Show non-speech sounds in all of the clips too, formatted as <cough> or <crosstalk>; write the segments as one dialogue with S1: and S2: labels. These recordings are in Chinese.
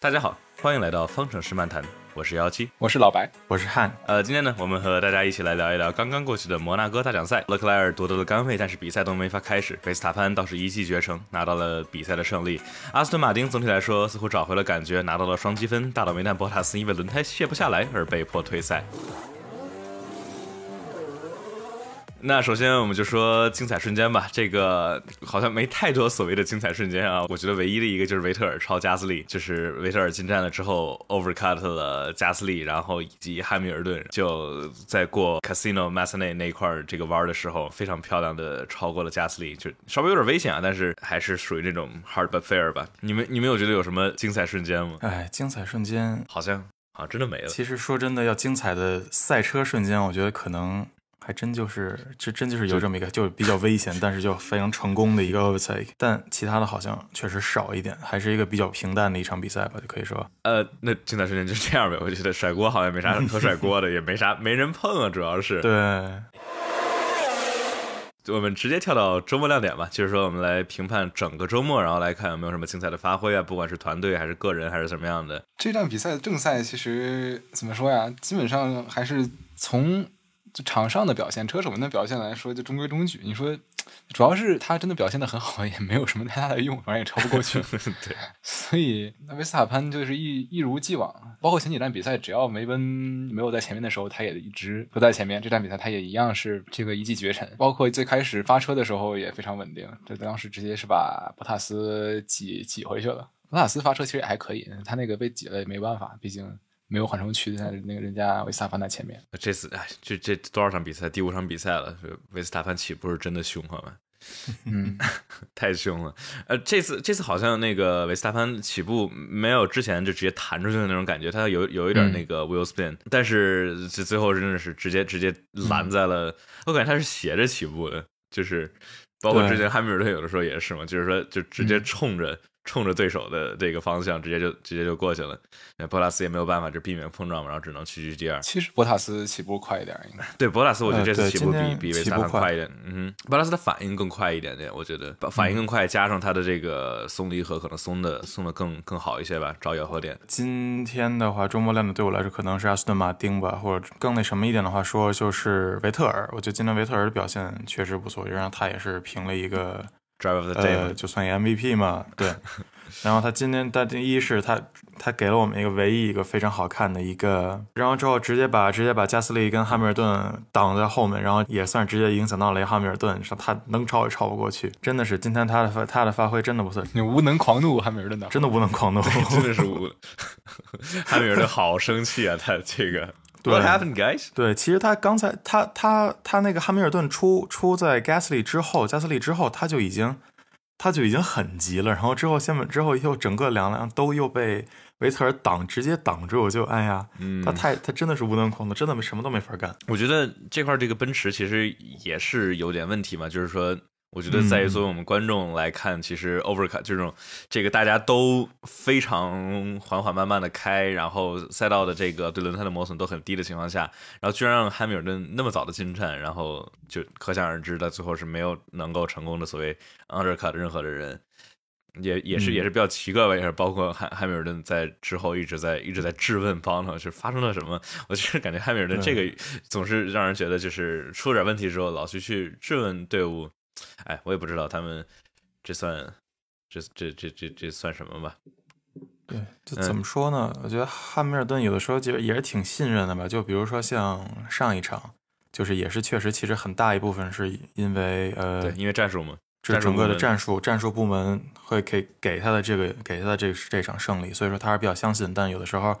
S1: 大家好，欢迎来到方程式漫谈，我是幺七。
S2: 我是老白，
S3: 我是汉，
S1: 呃，今天呢，我们和大家一起来聊一聊刚刚过去的摩纳哥大奖赛。勒克莱尔夺得了杆位，但是比赛都没法开始。维斯塔潘倒是一骑绝尘，拿到了比赛的胜利。阿斯顿马丁总体来说似乎找回了感觉，拿到了双积分。大倒霉蛋博塔斯因为轮胎卸不下来而被迫退赛。那首先我们就说精彩瞬间吧，这个好像没太多所谓的精彩瞬间啊。我觉得唯一的一个就是维特尔超加斯利，就是维特尔进站了之后 overcut 了加斯利，然后以及汉密尔顿就在过 Casino m a s s n e 那一块儿这个弯儿的时候，非常漂亮的超过了加斯利，就稍微有点危险啊，但是还是属于那种 hard but fair 吧。你们你们有觉得有什么精彩瞬间吗？
S3: 哎，精彩瞬间，
S1: 好像好像真的没了。
S3: 其实说真的，要精彩的赛车瞬间，我觉得可能还真就是，这真就是有这么一个，就比较危
S2: <laughs>
S3: 险，但是就非常成功的一个 overtake。但其他的好像确实少一点，还是一个比较平淡的一场比赛吧，就可以说，
S1: 呃，那精彩瞬间就这样呗。我觉得甩锅好像没啥可甩锅的，也没啥没人碰啊，主要是。
S3: 对，
S1: 我们直接跳到周末亮点吧，就是说我们来评判整个周末，然后来看有没有什么精彩的发挥啊，不管是团队还是个人还是怎么样的。 <laughs>
S2: 这场比赛的正赛其实怎么说呀？基本上还是从就场上的表现、车手们的表现来说，就中规中矩。你说，主要是他真的表现的很好，也没有什么太大的用，反正也超不过去。
S1: 对，
S2: 所以那维斯塔潘就是一一如既往，啊包括前几站比赛，只要梅温没有在前面的时候，他也一直不在前面。这站比赛他也一样是这个一骑绝尘，包括最开始发车的时候也非常稳定，这当时直接是把博塔斯挤挤回去了。博塔斯发车其实也还可以，他那个被挤了也没办法，毕竟没有缓冲区，但是那个人家维斯塔潘在前面。
S1: 这次哎，这这多少场比赛？第五场比赛了，这维斯塔潘起步是真的凶，好吗？
S2: 嗯，
S1: 太凶了。呃，这次这次好像那个维斯塔潘起步没有之前就直接弹出去的那种感觉，他有有一点那个 wheel spin，、但是这最后真的是直接直接拦在了，我感觉他是斜着起步的，就是包括
S3: 对
S1: 之前汉密尔顿有的时候也是嘛，就是说就直接
S2: 嗯
S1: 冲着。冲着对手的这个方向，直接就直接就过去了。那博拉斯也没有办法，就避免碰撞嘛，然后只能屈居第二。
S2: 其实博塔斯起步快一点，应该
S1: 对博拉斯，我觉得
S3: 呃
S1: 这次
S3: 对
S1: 起步
S3: 今
S1: 比
S3: 天
S1: 比维
S3: 起
S1: 斯塔
S3: 步
S1: 潘
S3: 快
S1: 快一点。嗯哼，博拉斯的反应更快一点点，我觉得把反应更快，加上他的这个松离合可能松的松的更更好一些吧，找咬合点。
S3: 今天的话，周末亮点对我来说可能是阿斯顿马丁吧，或者更那什么一点的话说，就是维特尔。我觉得今天维特尔的表现确实不错，也让他也是评了一个
S1: Drive of the day，嘛、
S3: 呃，就算一个 MVP 嘛，
S1: <laughs>
S3: 对。然后他今天，他第一是他他给了我们一个唯一一个非常好看的一个，然后之后直接把直接把加斯利跟汉密尔顿挡在后面，然后也算直接影响到了汉密尔顿，说他能超也超不过去，真的是今天他的发他的发挥真的不错，
S2: 你无能狂怒汉密尔顿的，
S3: 真的无能狂怒，
S1: 真的是无， <laughs> 汉密尔顿好生气啊！他这个
S3: 对
S1: What happened, guys？
S3: 对，其实他刚才他他他那个汉密尔顿出出在 Gasly 之后，加斯利之后，他就已经他就已经很急了，然后之后先把之后又整个两辆都又被维特尔挡直接挡住，我就哎呀，
S1: 嗯
S3: 他太他真的是无能狂怒，真的什么都没法干。
S1: 我觉得这块儿这个奔驰其实也是有点问题嘛，就是说，我觉得在于作为我们观众来看，其实 overcut 这种这个大家都非常缓缓慢慢的开，然后赛道的这个对轮胎的磨损都很低的情况下，然后居然让汉密尔顿那么早的进站，然后就可想而知的最后是没有能够成功的所谓 undercut 任何的人。也也是
S3: 嗯
S1: 也是比较奇怪吧，也是包括汉汉密尔顿在之后一直在一直在质问邦特，就是发生了什么？我就是感觉汉密尔顿这个总是让人觉得就是出了点问题之后老去去质问队伍，哎，我也不知道他们这算这这这这这算什么吧？
S3: 对，就
S1: 嗯
S3: 怎么说呢？我觉得汉密尔顿有的时候就也是挺信任的吧。就比如说像上一场，就是也是确实，其实很大一部分是因为呃
S1: 对，因为战术嘛，
S3: 这
S1: 战术
S3: 整个
S1: 部
S3: 的
S1: 门
S3: 战术战术部门会给给他的这个给他的这这场胜利，所以说他还是比较相信。但有的时候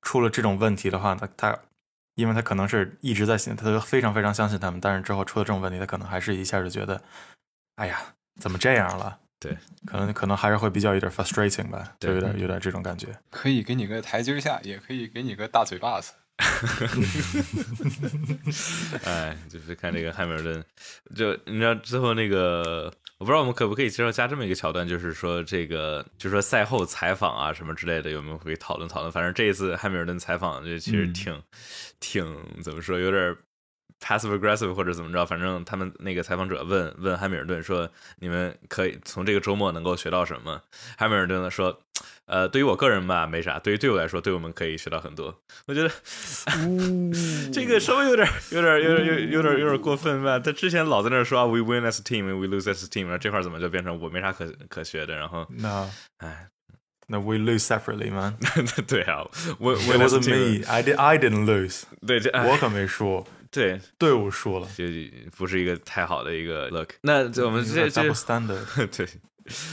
S3: 出了这种问题的话，他他因为他可能是一直在信，他都非常非常相信他们，但是之后出了这种问题，他可能还是一下就觉得，哎呀，怎么这样了？
S1: 对，
S3: 可能可能还是会比较有点 frustrating 吧，就
S1: 对
S3: 有点有点这种感觉。
S2: 可以给你个台阶下，也可以给你个大嘴巴子。
S1: 哎， <laughs> 就是看这个汉密尔顿，就你知道最后那个，我不知道我们可不可以介绍加这么一个桥段，就是说这个，就是说赛后采访啊什么之类的，有没有可以讨论讨论？反正这一次汉密尔顿采访就其实
S3: 嗯
S1: 挺、挺怎么说，有点 passive aggressive 或者怎么着，反正他们那个采访者问问汉密尔顿说，你们可以从这个周末能够学到什么？汉密尔顿呢说，呃，对于我个人吧没啥，对于队友来说，队友们可以学到很多。我觉得这个稍微有点有点有点有点有点有点过分吧。他之前老在那儿说啊，we win as a team，we lose as a team，然后这块儿怎么就变成我没啥可可学的？然后，
S3: <laughs> 那
S1: 哎， <laughs>
S3: 那 we lose separately man。
S1: 对啊，win
S3: It
S1: win as a
S3: wasn't
S1: team，
S3: me. I did. I didn't
S1: <laughs>
S3: lose.
S1: 对这哎
S3: 我可没输，
S1: 对，
S3: 队伍输了。
S1: 就不是一个太好的一个 look。那就我们
S3: 有
S1: 这
S3: 点
S1: 这
S3: double
S1: <laughs>
S3: standard。
S1: 对，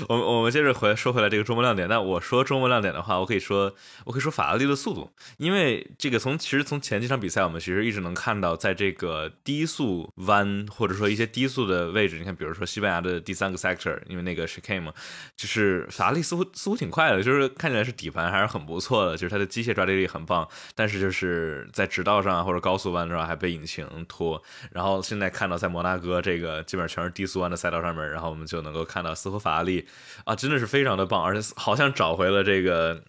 S1: 我们我们接着回说回来这个周末亮点。那我说周末亮点的话，我可以说我可以说法拉利的速度，因为这个从其实从前几场比赛，我们其实一直能看到，在这个低速弯或者说一些低速的位置，你看，比如说西班牙的第三个 sector，因为那个 chicane 嘛，就是法拉利似乎似乎挺快的，就是看起来是底盘还是很不错的，就是它的机械抓地力很棒，但是就是在直道上啊或者高速弯上还被引擎拖。然后现在看到在摩纳哥这个基本上全是低速弯的赛道上面，然后我们就能够看到似乎法拉利啊真的是非常的棒，而且好像找回了这个。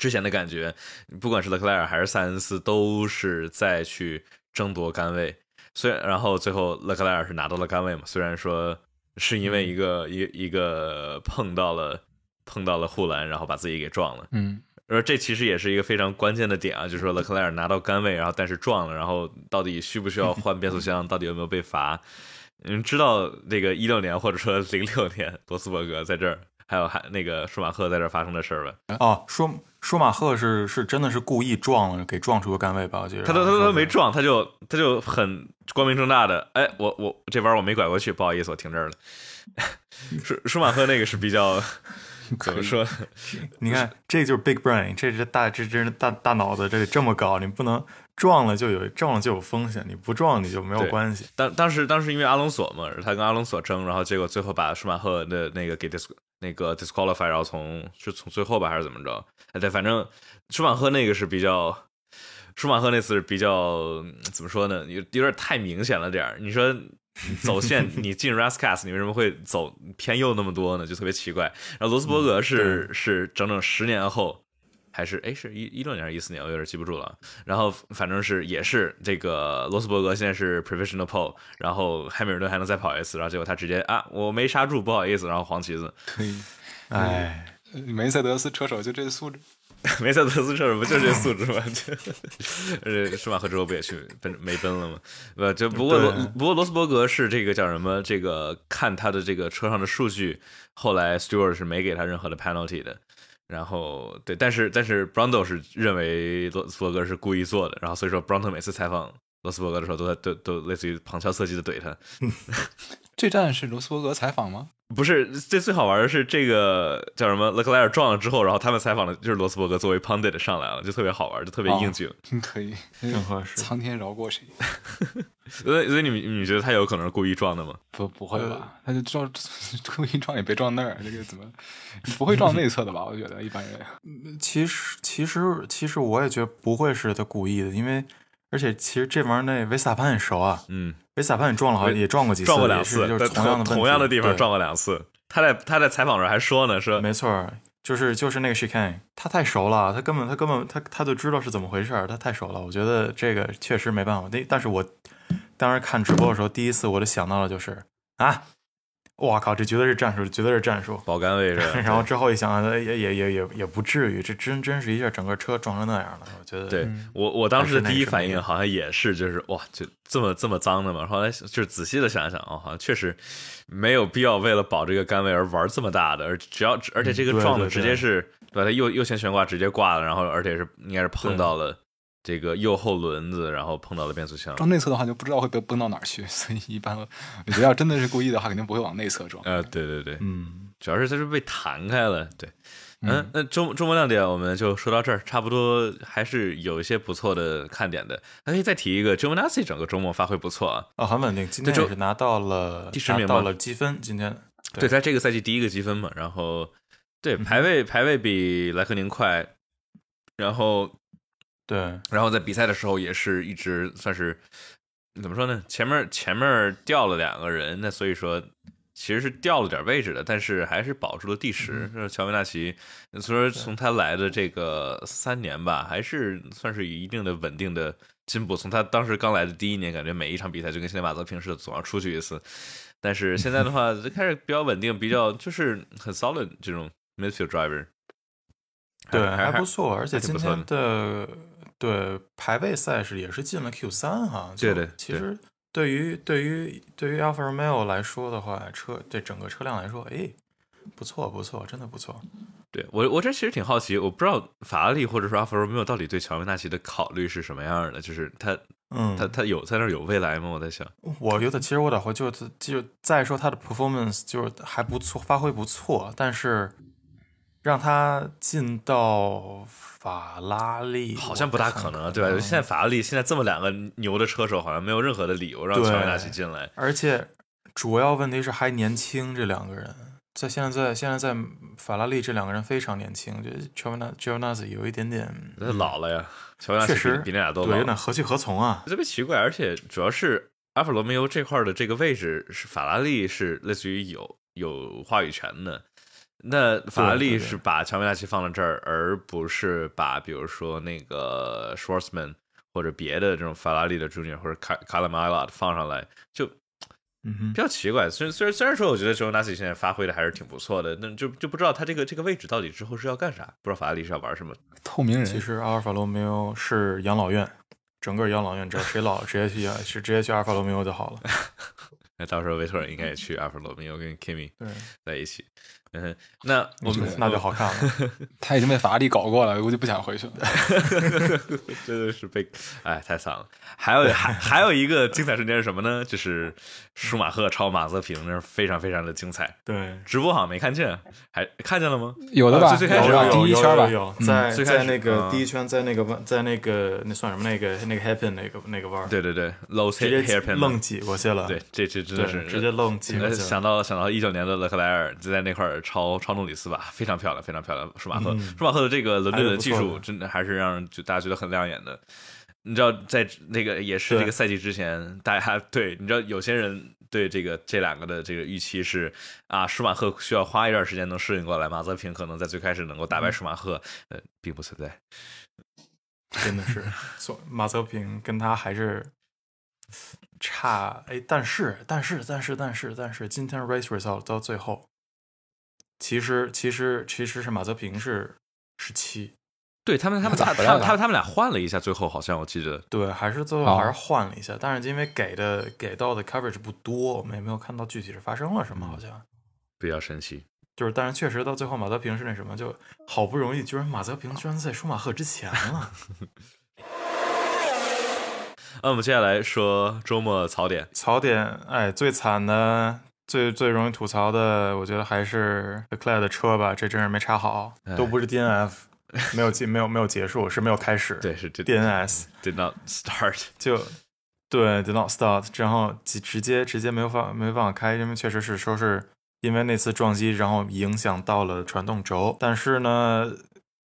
S1: 之前的感觉，不管是勒克莱尔还是塞恩斯，都是在去争夺杆位。虽然，然后最后勒克莱尔是拿到了杆位嘛，虽然说是因为一个一一个碰到了碰到了护栏，然后把自己给撞了。
S2: 嗯，
S1: 而这其实也是一个非常关键的点啊，就是说勒克莱尔拿到杆位，然后但是撞了，然后到底需不需要换变速箱， <laughs> 到底有没有被罚？嗯，知道这个一六年或者说零六年罗斯伯格在这儿，还有还那个舒马赫在这儿发生的事儿吧？
S3: 哦，舒舒马赫是是真的是故意撞了，给撞出个杆位吧？我记得
S1: 他都他都他都没撞，他就他就很光明正大的，哎，我我这弯我没拐过去，不好意思，我停这儿了。 <laughs> 舒舒马赫那个是比较怎么说？
S3: 你看，这就是 big brain，这是大，这这是大大脑子，这得这么高，你不能撞了就有撞了就有风险，你不撞你就没有
S1: 对
S3: 关系。
S1: 当当时当时因为阿隆索嘛，他跟阿隆索争，然后结果最后把舒马赫的那个给 dis 那个 disqualify，然后从是从最后吧还是怎么着？哎，对，反正舒马赫那个是比较，舒马赫那次是比较嗯怎么说呢？有有点太明显了点儿。你说走线，你进 Rascas，你为什么会走偏右那么多呢？就特别奇怪。然后罗斯伯格是、是整整十年后。还是哎，是一一六年还是一四年，我有点记不住了。然后反正是也是这个罗斯伯格现在是 professional pole，然后汉密尔顿还能再跑一次，然后结果他直接啊，我没刹住，不好意思，然后黄旗子，
S2: 可以。
S1: 嗯
S3: 哎，
S2: 呃梅赛德斯车手就这素质，
S1: 梅赛德斯车手不就是这素质吗？ <laughs> 这呃，舒马赫之后不也去奔梅奔了吗？呃，就不过罗
S3: 对
S1: 不过罗斯伯格是这个叫什么？这个看他的这个车上的数据，后来 Stewart 是没给他任何的 penalty 的。然后对，但是但是 Brando 是认为罗斯伯格是故意做的，然后所以说 Brando 每次采访罗斯伯格的时候，都在都都类似于旁敲侧击的怼他。
S2: 这站是罗斯伯格采访吗？
S1: 不是，这最好玩的是这个叫什么勒克莱尔撞了之后，然后他们采访的就是罗斯伯格作为 pundit 上来了，就特别好玩，就特别应景。
S2: <laughs> 可以，
S3: 正合适。
S2: 苍天饶过谁？
S1: <laughs> 所以，所以你们你觉得他有可能是故意撞的吗？
S2: <laughs> 不，不会吧？他就撞， <laughs> 故意撞也别撞那儿，这个怎么不会撞内侧的吧？我觉得一般人。
S3: 其实其实其实我也觉得不会是他故意的，因为而且其实这玩意儿那维斯塔潘很熟啊，
S1: 嗯，
S3: 维斯塔潘也撞了好
S1: 维
S3: 也撞过几次，
S1: 撞过两
S3: 也是
S1: 次，
S3: 就
S1: 在
S3: 是同样的
S1: 同样的地方
S3: 撞。对
S1: 撞过两次。他在他在采访时候还说呢，说
S3: 没错儿，就是就是那个 chicane，他太熟了，他根本他根本他他就知道是怎么回事儿，他太熟了。我觉得这个确实没办法。那但是我当时看直播的时候，第一次我就想到了就是啊，我靠，这绝对是战术，绝对是战术。
S1: 保杆位置，
S3: <laughs> 然后之后一想，呃也也也也也不至于，这真真是一下整个车撞成那样了。我觉得
S1: 对我我当时的第一反
S3: 嗯还是那个什么
S1: 应
S3: 的
S1: 好像也是，就是哇，就这么这么脏的嘛。后来就是仔细的想一想，哦，好像确实没有必要为了保这个杆位而玩这么大的，而只要而且这个
S3: 嗯对
S1: 撞的
S3: 对
S1: 直
S3: 对
S1: 接是对吧？它右右前悬挂直接挂了，然后而且是应该是碰到了这个右后轮子，然后碰到了变速箱。
S2: 撞内侧的话，就不知道会被崩到哪儿去， <laughs> 所以一般我觉得要真的是故意的话，肯定不会往内侧撞。
S1: 呃，对对对，
S3: 嗯，
S1: 主要是它是被弹开了，对。嗯
S2: 嗯，
S1: 那周周末亮点我们就说到这儿，差不多还是有一些不错的看点的。还可以再提一个 j o v a n a s i 整个周末发挥不错啊，
S3: 哦，很稳定，今
S1: 对
S3: 天也
S1: 就是
S3: 拿到了
S1: 第十名
S3: 拿到
S1: 吗
S3: 了积分，今天
S1: 对，
S3: 对
S1: 在这个赛季第一个积分嘛，然后对排位排位比莱克宁快，然后
S3: 对。
S1: 然后在比赛的时候也是一直算是怎么说呢？前面前面掉了两个人，那所以说其实是掉了点位置的，但是还是保住了第十。
S3: 嗯
S1: 就是乔维纳奇，所以说从他来的这个三年吧，还是算是有一定的稳定的进步。从他当时刚来的第一年，感觉每一场比赛就跟现在马泽平似的，总要出去一次。但是现在的话，就开始比较稳定，比较就是很 solid 这种 midfield driver。
S3: 对，
S1: 还
S3: 还不错，而且
S1: 挺
S3: 今
S1: 不错
S3: 天的对排位赛事也是进了 Q 三哈。
S1: 对
S3: 就
S1: 对
S3: 其
S1: 对
S3: 实对于对于对于 Alfa Romeo 来说的话，车对整个车辆来说，哎，不错不错，真的不错。
S1: 对我，我这其实挺好奇，我不知道法拉利或者说阿弗罗米欧到底对乔维纳奇的考虑是什么样的，就是他
S3: 嗯，
S1: 他他有在那儿有未来吗？我在想，
S3: 我觉得其实我得回就就再说他的 performance 就是还不错，发挥不错，但是让他进到法拉利
S1: 好像不大可能，
S3: 嗯
S1: 对吧？现在法拉利现在这么两个牛的车手，好像没有任何的理由让
S3: 对
S1: 乔维纳奇进来。
S3: 而且主要问题是还年轻，这两个人在现在在现在在法拉利这两个人非常年轻，就 g i o v a n g i o v a n a z 有一点点
S1: 那老了呀，乔维纳奇
S3: 确实
S1: 比比那俩都
S3: 对，有
S1: 老
S3: 点，何去何从啊？
S1: 特别奇怪。而且主要是阿弗罗密欧这块的这个位置是法拉利是类似于有有话语权的。那法拉
S3: 对
S1: 利
S3: 对对
S1: 是把乔维纳奇放到这儿，而不是把比如说那个 Schwarzman 或者别的这种法拉利的 Junior 或者卡卡拉马拉放上来，就
S3: 嗯哼
S1: 比，较奇怪。虽虽然虽然说，我觉得 j o n a s 现在发挥的还是挺不错的，但就就不知道他这个这个位置到底之后是要干啥，不知道法拉利是要玩什么。
S2: 透明
S3: 其
S2: 人
S3: 实阿尔法罗密欧是养老院，整个养老院，只要谁老了，直接去养是直接去阿尔法罗密欧就好了。
S1: 那到时候维特尔应该也去阿弗罗密欧跟 Kimi
S3: 对，
S1: 在一起。嗯，那我们
S3: <laughs> 那就，好看了。
S2: 他已经被法拉利搞过了，估计不想回去了。
S3: 呃
S1: <laughs> 真的是被哎太惨了。还有还还有一个精彩瞬间是什么呢？就是舒马赫超马泽平，那是非常非常的精彩。
S3: 对，
S1: 直播好像没看见，还看见了吗？
S2: 有的吧，
S1: 最最开
S3: 有
S1: 始
S2: 有的吧
S3: 有有
S2: 第一圈吧，
S3: 有有
S2: 嗯
S3: 在
S1: 最开
S3: 在
S1: 始
S3: 那个
S1: 嗯
S3: 第一圈，在那个弯，在那个那算什么那个那个 happen 那个那个弯儿，
S1: 对对对，low
S3: 直
S1: hair
S3: 接
S1: hairpin
S3: 愣挤过去了。
S1: 对，这这真
S3: 啊对
S1: 的是，
S3: 直接愣挤过
S1: 呃
S3: 去了。
S1: 想到想到一九年的勒克莱尔就在那块儿超超诺里斯吧，非常漂亮，非常漂亮。舒马赫，舒马赫的这个伦敦的技
S3: 嗯还是不
S1: 术
S3: 错的
S1: 真的还是让人就大家觉得很亮眼的。你知道，在那个也是
S3: 对
S1: 这个赛季之前，大家对你知道有些人对这个这两个的这个预期是啊，舒马赫需要花一段时间能适应过来，马泽平可能在最开始能够打败
S3: 嗯
S1: 舒马赫，呃，并不存在。
S3: 真的是，所马泽平跟他还是差哎，但是但是但是但是但是，今天 race result 到最后，其实其实其实是马泽平是十七，
S1: 对他们，他们
S2: 咋
S1: 他
S2: 回
S1: 他
S2: 来了
S1: 们他们他们俩换了一下，最后好像我记得
S3: 对，还是最后
S2: 哦
S3: 还是换了一下，但是因为给的给到的 coverage 不多，我们也没有看到具体是发生了什么，好像
S1: 比较神奇。
S3: 就是，但是确实到最后马泽平是那什么，就好不容易，居然马泽平居然在舒马赫之前了。
S1: 那我们接下来说周末槽点，
S3: 槽点，哎，最惨的、最最容易吐槽的，我觉得还是 l e c l e r 的车吧，这真是没查好
S1: 哎，
S3: 都不是 DNF，没有结，没有没有结束，是没有开始，
S1: 对，是这
S3: DNS
S1: did not start。
S3: 就对 did not start，然后直直接直接没有法没办法开，因为确实是说是因为那次撞击，然后影响到了传动轴，但是呢，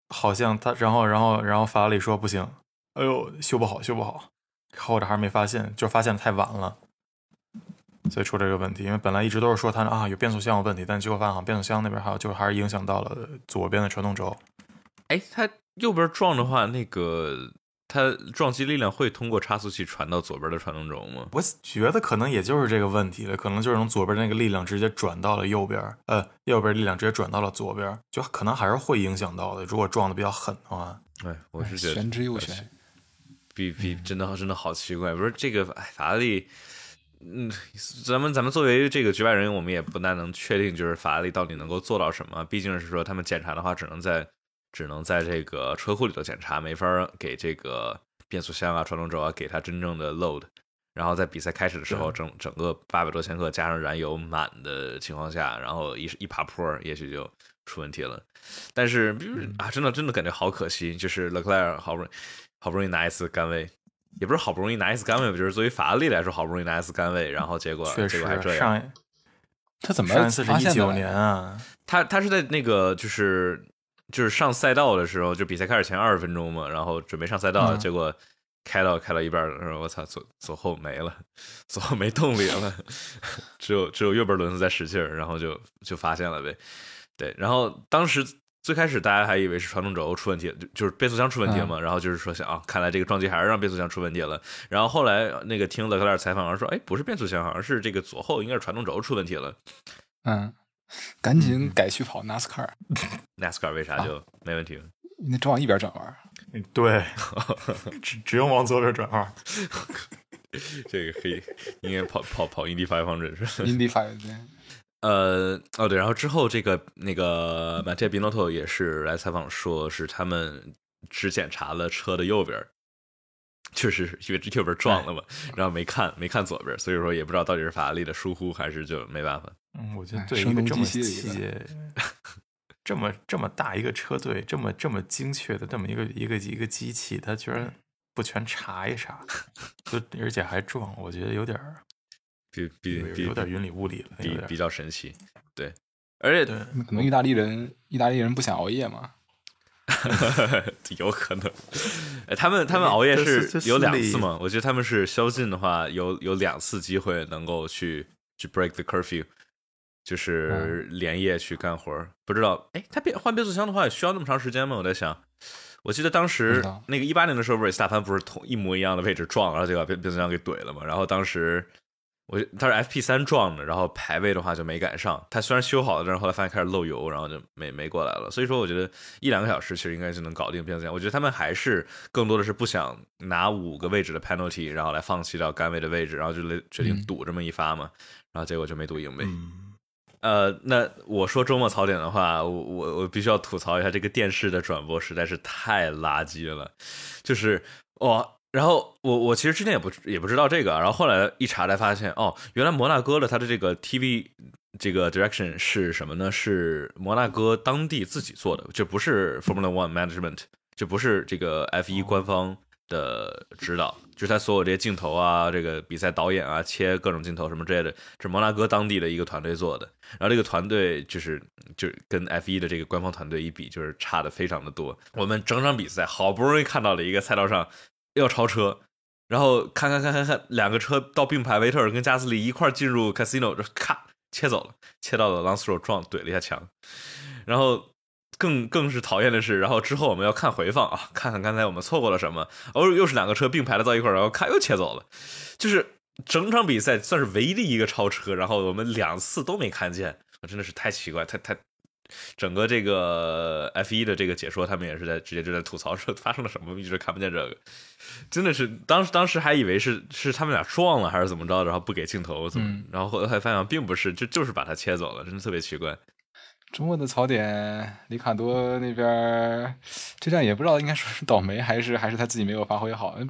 S3: 好像他然后然后然后法拉利说不行，哎呦修不好修不好，后头还是没发现，就发现的太晚了。所以出这个问题，因为本来一直都是说它啊有变速箱有问题，但结果发现好像变速箱那边还有就还是影响到了左边的传动轴，
S1: 哎，它右边撞的话，那个它撞击力量会通过差速器传到左边的传动轴吗？
S3: 我觉得可能也就是这个问题了，可能就是从左边那个力量直接转到了右边儿，呃，右边力量直接转到了左边儿，就可能还是会影响到的。如果撞的比较狠的话，
S1: 哎，我是觉得
S2: 玄之
S3: 呃
S2: 又玄，
S1: 比比真的真的好奇怪，不是这个哎法拉利。嗯，咱们咱们作为这个局外人，我们也不大能确定，就是法拉利到底能够做到什么。毕竟是说他们检查的话，只能在只能在这个车库里头检查，没法儿给这个变速箱啊、传动轴啊给它真正的 load。然后在比赛开始的时候，整整个八百多千克加上燃油满的情况下，然后一一爬坡，也许就出问题了。但是比如
S3: 嗯
S1: 啊，真的真的感觉好可惜，就是勒克莱尔好不容易好不容易拿一次杆位，也不是好不容易拿一次杆位吧，就是作为法拉利来说，好不容易拿一次杆位，然后结果
S3: 确
S1: 结果还这样。
S3: 实上一
S2: 他怎么
S3: 上一次是
S2: 发
S3: 一
S2: 现的
S3: 九
S2: 来
S3: 年啊，
S1: 他他是在那个就是就是上赛道的时候，就比赛开始前二十分钟嘛，然后准备上赛道，
S3: 嗯
S1: 结果开到开到一半儿，然后我操，左左后没了，左后没动力了， <laughs> 只有只有右边轮子在使劲儿，然后就就发现了呗。对，然后当时最开始大家还以为是传动轴出问题，就就是变速箱出问题了嘛，然后就是说想啊，看来这个撞击还是让变速箱出问题了。然后后来那个听勒克莱尔采访，好像说，哎，不是变速箱，好像是这个左后应该是传动轴出问题了。
S2: 嗯，赶紧改去跑 NASCAR，
S1: NASCAR 为啥就、没问题了？
S2: 你只往一边转弯。
S3: 嗯
S2: <laughs>
S3: 对，只只用往左边转啊弯。
S1: 这个可以，应该跑跑跑 Indy Five Hundred 是吧 <laughs>
S2: Indy Five 对，
S1: 呃，哦对，然后之后这个那个马蒂亚·比诺托也是来采访，说是他们只检查了车的右边儿，确实是因为右边儿撞了嘛，然后没看没看左边儿，所以说也不知道到底是法拉利的疏忽还是就没办法。
S3: 嗯，我觉得
S2: 哎
S3: 对
S2: 声
S3: 一个
S2: 东
S3: 这
S2: 击
S3: 么
S2: 西
S3: 细
S2: 的一个
S3: 节、这么这么大一个车队，这么这么精确的这么一个一个一个机器，它居然不全查一查，就而且还撞，我觉得有点儿
S1: 比比
S3: 有
S1: 比
S3: 有点云里雾里了，有
S1: 比
S3: 点嗯
S1: 比
S3: 儿
S1: 较神奇，对，而且
S3: 对。
S2: 可能意大利人意大利人不想熬夜嘛，
S1: <laughs> 有可能。呃他们他们熬夜
S3: 这
S1: 是
S3: 这这
S1: 有两
S3: 心理
S1: 次嘛？我觉得他们是宵禁的话，有有两次机会能够去去 break the curfew，就是连夜去干活儿。不知道，哎，他变换变速箱的话，需要那么长时间吗？我在想。我记得当
S2: 不
S1: 时
S2: 知道
S1: 那个一八年的时候，不是大潘不是同一模一样的位置撞，然后就把变变速箱给怼了嘛。然后当时我他是 FP 三撞的，然后排位的话就没赶上。他虽然修好了，但是后来发现开始漏油，然后就没没过来了。所以说，我觉得一两个小时其实应该是能搞定变速箱。我觉得他们还是更多的是不想拿五个位置的 penalty，然后来放弃掉甘位的位置，然后就来决定
S2: 嗯
S1: 赌这么一发嘛。然后结果就没赌赢呗。
S3: 嗯，
S1: 呃，那我说周末槽点的话，我我我必须要吐槽一下这个电视的转播实在是太垃圾了，就是哦，然后我我其实之前也不也不知道这个，啊然后后来一查才发现，哦，原来摩纳哥的它的这个 TV 这个 direction 是什么呢？是摩纳哥当地自己做的，这不是 Formula One Management，这不是这个 F 一官方的指导，就是它所有这些镜头啊，这个比赛导演啊，切各种镜头什么之类的，是摩纳哥当地的一个团队做的。然后这个团队就是就是跟 F 一的这个官方团队一比，就是差的非常的多。我们整场比赛好不容易看到了一个赛道上要超车，然后看看看看看，两个车到并排，维特尔跟加斯利一块儿进入 casino，这咔切走了，切到了朗斯手撞怼了一下墙，然后。更更是讨厌的是，然后之后我们要看回放啊，看看刚才我们错过了什么。哦，又是两个车并排的到一块儿，然后咔又切走了，就是整场比赛算是唯一的一个超车，然后我们两次都没看见，我真的是太奇怪，太太。整个这个 F 一的这个解说，他们也是在直接就在吐槽说发生了什么，一直看不见这个，真的是当时当时还以为是是他们俩撞了还是怎么着，然后不给镜头怎么，
S2: 嗯
S1: 然后后来发现并不是，就就是把他切走了，真的特别奇怪。
S2: 周末的槽点，里卡多那边儿这站也不知道应该说是倒霉还是还是他自己没有发挥好，嗯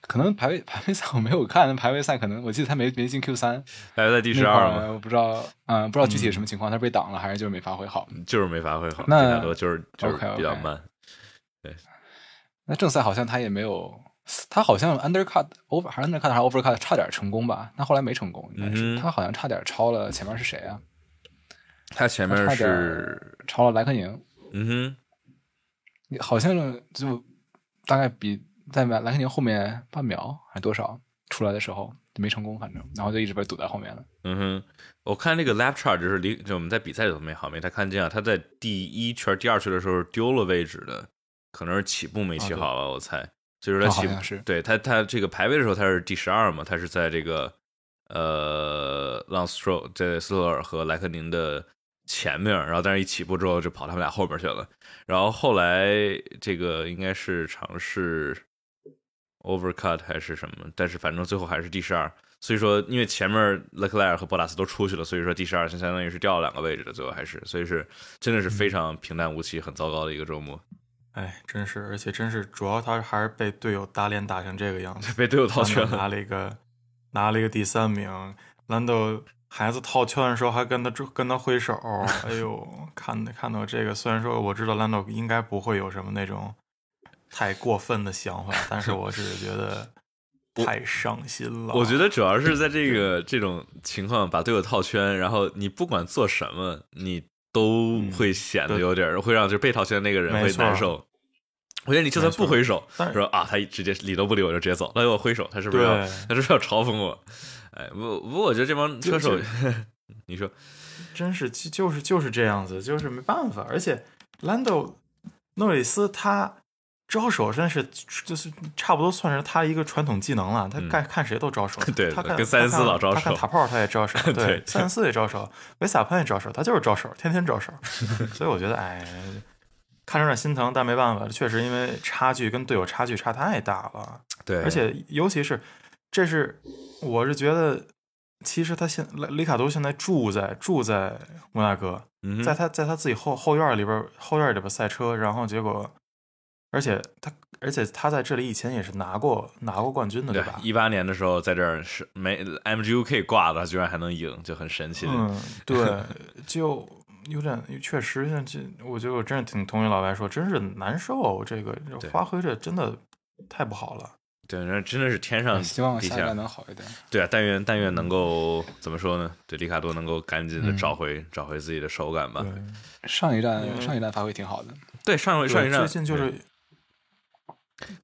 S2: 可能排位 <laughs> 排位赛我没有看，排位赛可能我记得他没没进 Q 三，
S1: 大约在第
S2: 第
S1: 十二嘛，
S2: 我不知道，嗯、不知道具体是什么情况，他是被挡了还是就是没发挥好。嗯
S1: 就是没发挥好，
S2: 那
S1: 大多就是就是
S2: OK，OK
S1: 比较慢。
S2: 那正赛好像他也没有，他好像 undercut over 还是 undercut 还是 overcut 差点成功吧，但后来没成功，应该是、
S1: 嗯哼
S2: 他好像差点超了前面是谁啊？
S1: 他前面
S2: 他差点
S1: 是，
S2: 超了莱克宁，
S1: 嗯
S2: 好像就大概比在莱莱克宁后面半秒还多少出来的时候就没成功，反正然后就一直被堵在后面了。
S1: 哼，嗯哼，我看这个 lap chart 就是离就我们在比赛里头没好没太看见啊，他在第一圈、第二圈的时候丢了位置的，可能是起步没起好吧，我猜。所以说他
S2: 哦
S1: 起
S2: 好像是
S1: 对他他这个排位的时候他是第十二嘛，他是在这个呃朗斯特在斯洛尔和莱克宁的前面，然后但是一起步之后就跑他们俩后边去了，然后后来这个应该是尝试 overcut 还是什么，但是反正最后还是第十二。所以说，因为前面勒克莱尔和博塔斯都出去了，所以说第十二相当于是掉了两个位置的，最后还是，所以是真的是
S2: 嗯
S1: 非常平淡无奇、很糟糕的一个周末， <laughs>
S3: 哎，真是，而且真是，主要他还是被队友打脸打成这个样子，
S1: 被队友套圈
S2: 嗯
S1: 了。
S3: 兰德拿了一个拿了一个第三名。兰豆孩子套圈的时候还跟他跟他挥手，哎呦， <laughs> 看看到这个，虽然说我知道兰豆应该不会有什么那种太过分的想法，但是我只是觉得太伤心了。
S1: 我觉得主要是在这个这种情况把队友套圈，然后你不管做什么，你都会显得有点、会让就被套圈的那个人
S3: 嗯没
S1: 会
S3: 错
S1: 难受。我觉得你就算不挥手，
S3: 但是
S1: 说啊，他直接理都不理我就直接走，他给我挥手，他是不是要
S3: 对
S1: 他是不是要嘲讽我？哎，不不过我觉得这帮车手
S3: 就就，
S1: <laughs> 你说
S3: 真是就就是就是这样子，就是没办法。而且兰豆诺里斯他招手真的是就是差不多算是他一个传统技能了，他看、看谁都招手。
S1: 嗯 <laughs> 对
S3: 他看
S1: 跟塞恩斯
S3: 他看
S1: 老招手
S3: 他看塔炮他也招手，
S1: <laughs> 对
S3: 塞恩斯也招手，维萨潘也招手，他就是招手，天
S1: <laughs>
S3: 天招手。所以我觉得，哎，看着有点心疼，但没办法，确实因为差距跟队友差距差太大了，
S1: 对，
S3: 而且尤其是这是我是觉得，其实他现里里卡多现在住在住在摩纳哥，
S1: 嗯哼
S3: 在他在他自己后后院里边儿后院里边儿赛车，然后结果，而且他而且他在这里以前也是拿过拿过冠军的，
S1: 对
S3: 吧？
S1: 一八年的时候在这儿是没 MGUK 挂了，居然还能赢，就很神奇的。 <laughs>
S3: 嗯，对，就有点确实，像这我觉得我真是挺同意老白说，真是难受，这个
S1: 对
S3: 发挥这真的太不好了。
S1: 对，那真的是天
S3: 哎
S1: 上
S2: 希望
S1: 地
S2: 下一代
S1: 下。
S2: 能好一点。
S1: 对啊，但愿但
S3: 嗯
S1: 愿能够怎么说呢？对，里卡多能够赶紧的找回找回自己的手感吧。
S3: 对
S2: 上一
S3: 嗯
S2: 站上一站发挥挺好的，
S1: 对，上回上嗯一
S3: 对
S1: 站
S3: 最近就是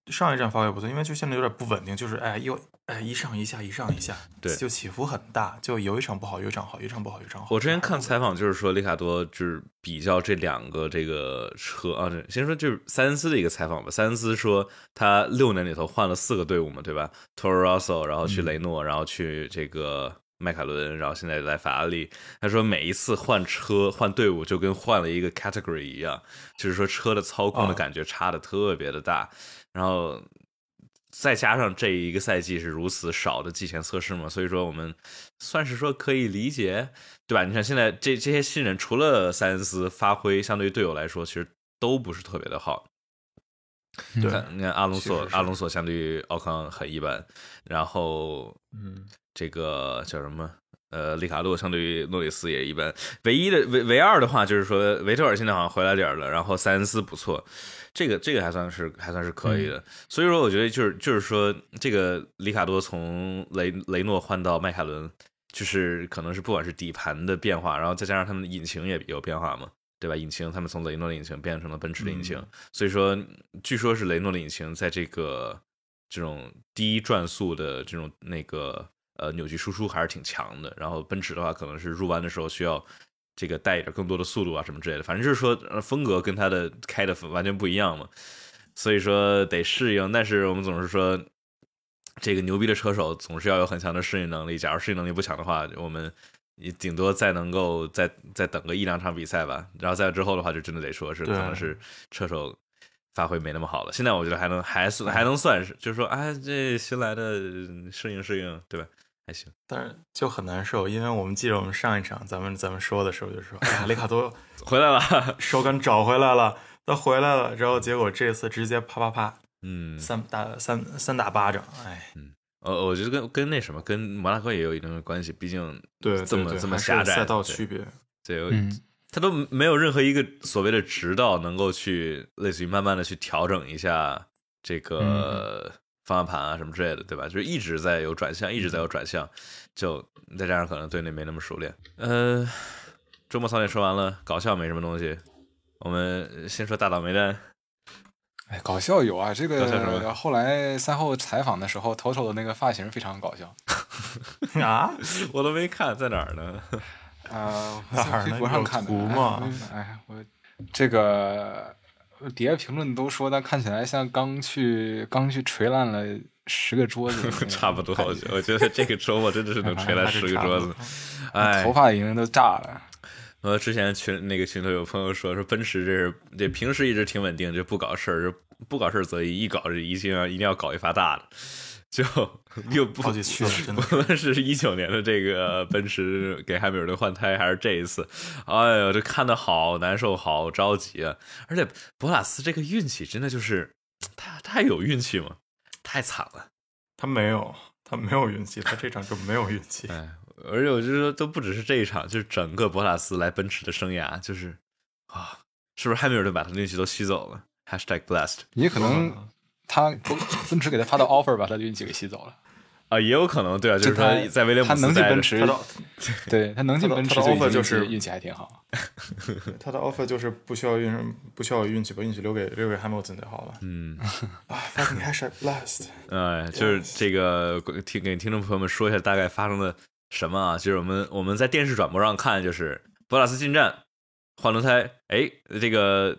S3: 上一站发挥不错，因为就现在有点不稳定，就是哎又哎一上一下一上一下，
S1: 对
S3: 就起伏很大，就有一场不好，有一场好，有一场不好，有一场好。
S1: 我之前看采访，就是说里卡多就是比较这两个这个车啊，这先说就是塞恩斯的一个采访吧。塞恩斯说他六年里头换了四个队伍嘛，对吧？Toro Rosso，然后
S3: 嗯
S1: 去雷诺，然后去这个迈凯伦，然后现在来法拉利。他说每一次换车换队伍就跟换了一个 category 一样，就是说车的操控的
S3: 啊
S1: 感觉差的特别的大，然后。再加上这一个赛季是如此少的季前测试嘛，所以说我们算是说可以理解，对吧？你看现在这这些新人，除了塞恩斯发挥相对于队友来说，其实都不是特别的好。
S3: 对
S1: 你看，你看阿隆索
S3: 确实，是
S1: 阿隆索相对于奥康很一般，然后
S3: 嗯，
S1: 这个叫什么？呃，里卡洛相对于诺里斯也一般。唯一的唯唯二的话就是说，维特尔现在好像回来点儿了，然后塞恩斯不错，这个这个还算是还算是可
S3: 嗯
S1: 以的。所以说，我觉得就是就是说，这个里卡多从雷雷诺换到迈凯伦，就是可能是不管是底盘的变化，然后再加上他们的引擎也有变化嘛，对吧？引擎他们从雷诺的引擎变成了奔驰的引擎，
S3: 嗯
S1: 所以说据说是雷诺的引擎在这个这种低转速的这种那个呃扭矩输出还是挺强的。然后奔驰的话，可能是入弯的时候需要这个带一点更多的速度啊什么之类的，反正就是说呃风格跟它的开的完全不一样嘛，所以说得适应。但是我们总是说。这个牛逼的车手总是要有很强的适应能力，假如适应能力不强的话，我们也顶多再能够再再等个一两场比赛吧。然后再之后的话，就真的得说是可
S3: 对
S1: 能是车手发挥没那么好了。现在我觉得还能还算还能算是，就是说啊，这新来的适应适应，对吧？还行。
S3: 但是就很难受，因为我们记得我们上一场咱们咱们说的时候就说，哎呀，里卡多
S1: 回来了，
S3: 手感找回来了，他回来了，然后结果这次直接啪啪啪
S1: 嗯，
S3: 三打三三打巴掌，哎，
S1: 呃，我觉得跟跟那什么，跟摩纳哥也有一定的关系，毕竟
S3: 对
S1: 这么
S3: 对对
S1: 这么
S3: 还是
S1: 狭窄
S3: 赛道
S1: 对
S3: 区别， <laughs>
S1: 这有
S2: 嗯，
S1: 他都没有任何一个所谓的指导能够去类似于慢慢的去调整一下这
S3: 嗯
S1: 个方向盘啊什么之类的，对吧？就是一直在有转向，一直在有转向，就再加上可能队内没那么熟练。呃，周末操练说完了，搞笑没什么东西，我们先说大倒霉蛋。
S2: 哎，搞笑有啊，这
S1: 搞笑什么
S2: 个后来赛后采访的时候，头头的那个发型非常搞笑。
S3: 啊，
S1: 我都没看在哪儿呢？ <laughs>
S2: <laughs> 啊，我
S3: 哪儿
S2: 在
S3: 呢
S2: 微博上看的。
S3: 有图吗
S2: 哎？哎，我这个底下评论都说他看起来像刚去刚去锤烂了十个桌子，
S1: <laughs> 差不多，我觉得我觉得这个周末真的是能锤
S3: <laughs> 还
S1: 来
S3: 是
S1: 十个
S3: 差
S1: 桌
S3: 不
S1: 子
S3: 多。
S1: 哎
S2: 头，发已经都炸了。
S1: 我之前群那个群头有朋友说说奔驰这是这平时一直挺稳定，就不搞事儿，就不搞事儿则已，一搞这一定要一定要搞一发大的，就
S3: <laughs>
S1: 又不
S3: 好几次了
S1: <laughs>
S3: 真的
S1: 不论是一九年的这个奔驰给汉密尔顿换胎，还是这一次，哎呦，这看的好难受，好着急啊！而且博拉斯这个运气真的就是他他有运气吗？太惨了。
S3: 他没有，他没有运气，他这场就没有运气。
S1: 哎，而且我就说，都不只是这一场，就是整个博塔斯来奔驰的生涯，就是啊，是不是汉密尔顿把他的运气都吸走了？#hashtag blessed
S2: 也可能他奔驰给他发的 offer 把他的运气给吸走了。
S1: 啊，也有可能对啊，就是
S2: 就他
S1: 说在威廉姆
S2: 他
S1: 斯
S2: 能进
S1: 待着
S2: 奔，驰
S3: 他，的
S2: 对他能进奔驰
S3: 他的
S2: 已经
S3: offer 就是
S2: 运气运气还挺好。
S3: 他的 offer 就是不需要运，不需要有运气，把运气留给留给 Hamilton 就好了。
S1: 嗯，
S3: 啊，fucking hashtag blast。
S1: 哎，就是这个听给听众朋友们说一下大概发生了什么啊？就是我们我们在电视转播上看，就是博塔斯进站换轮胎，哎，这个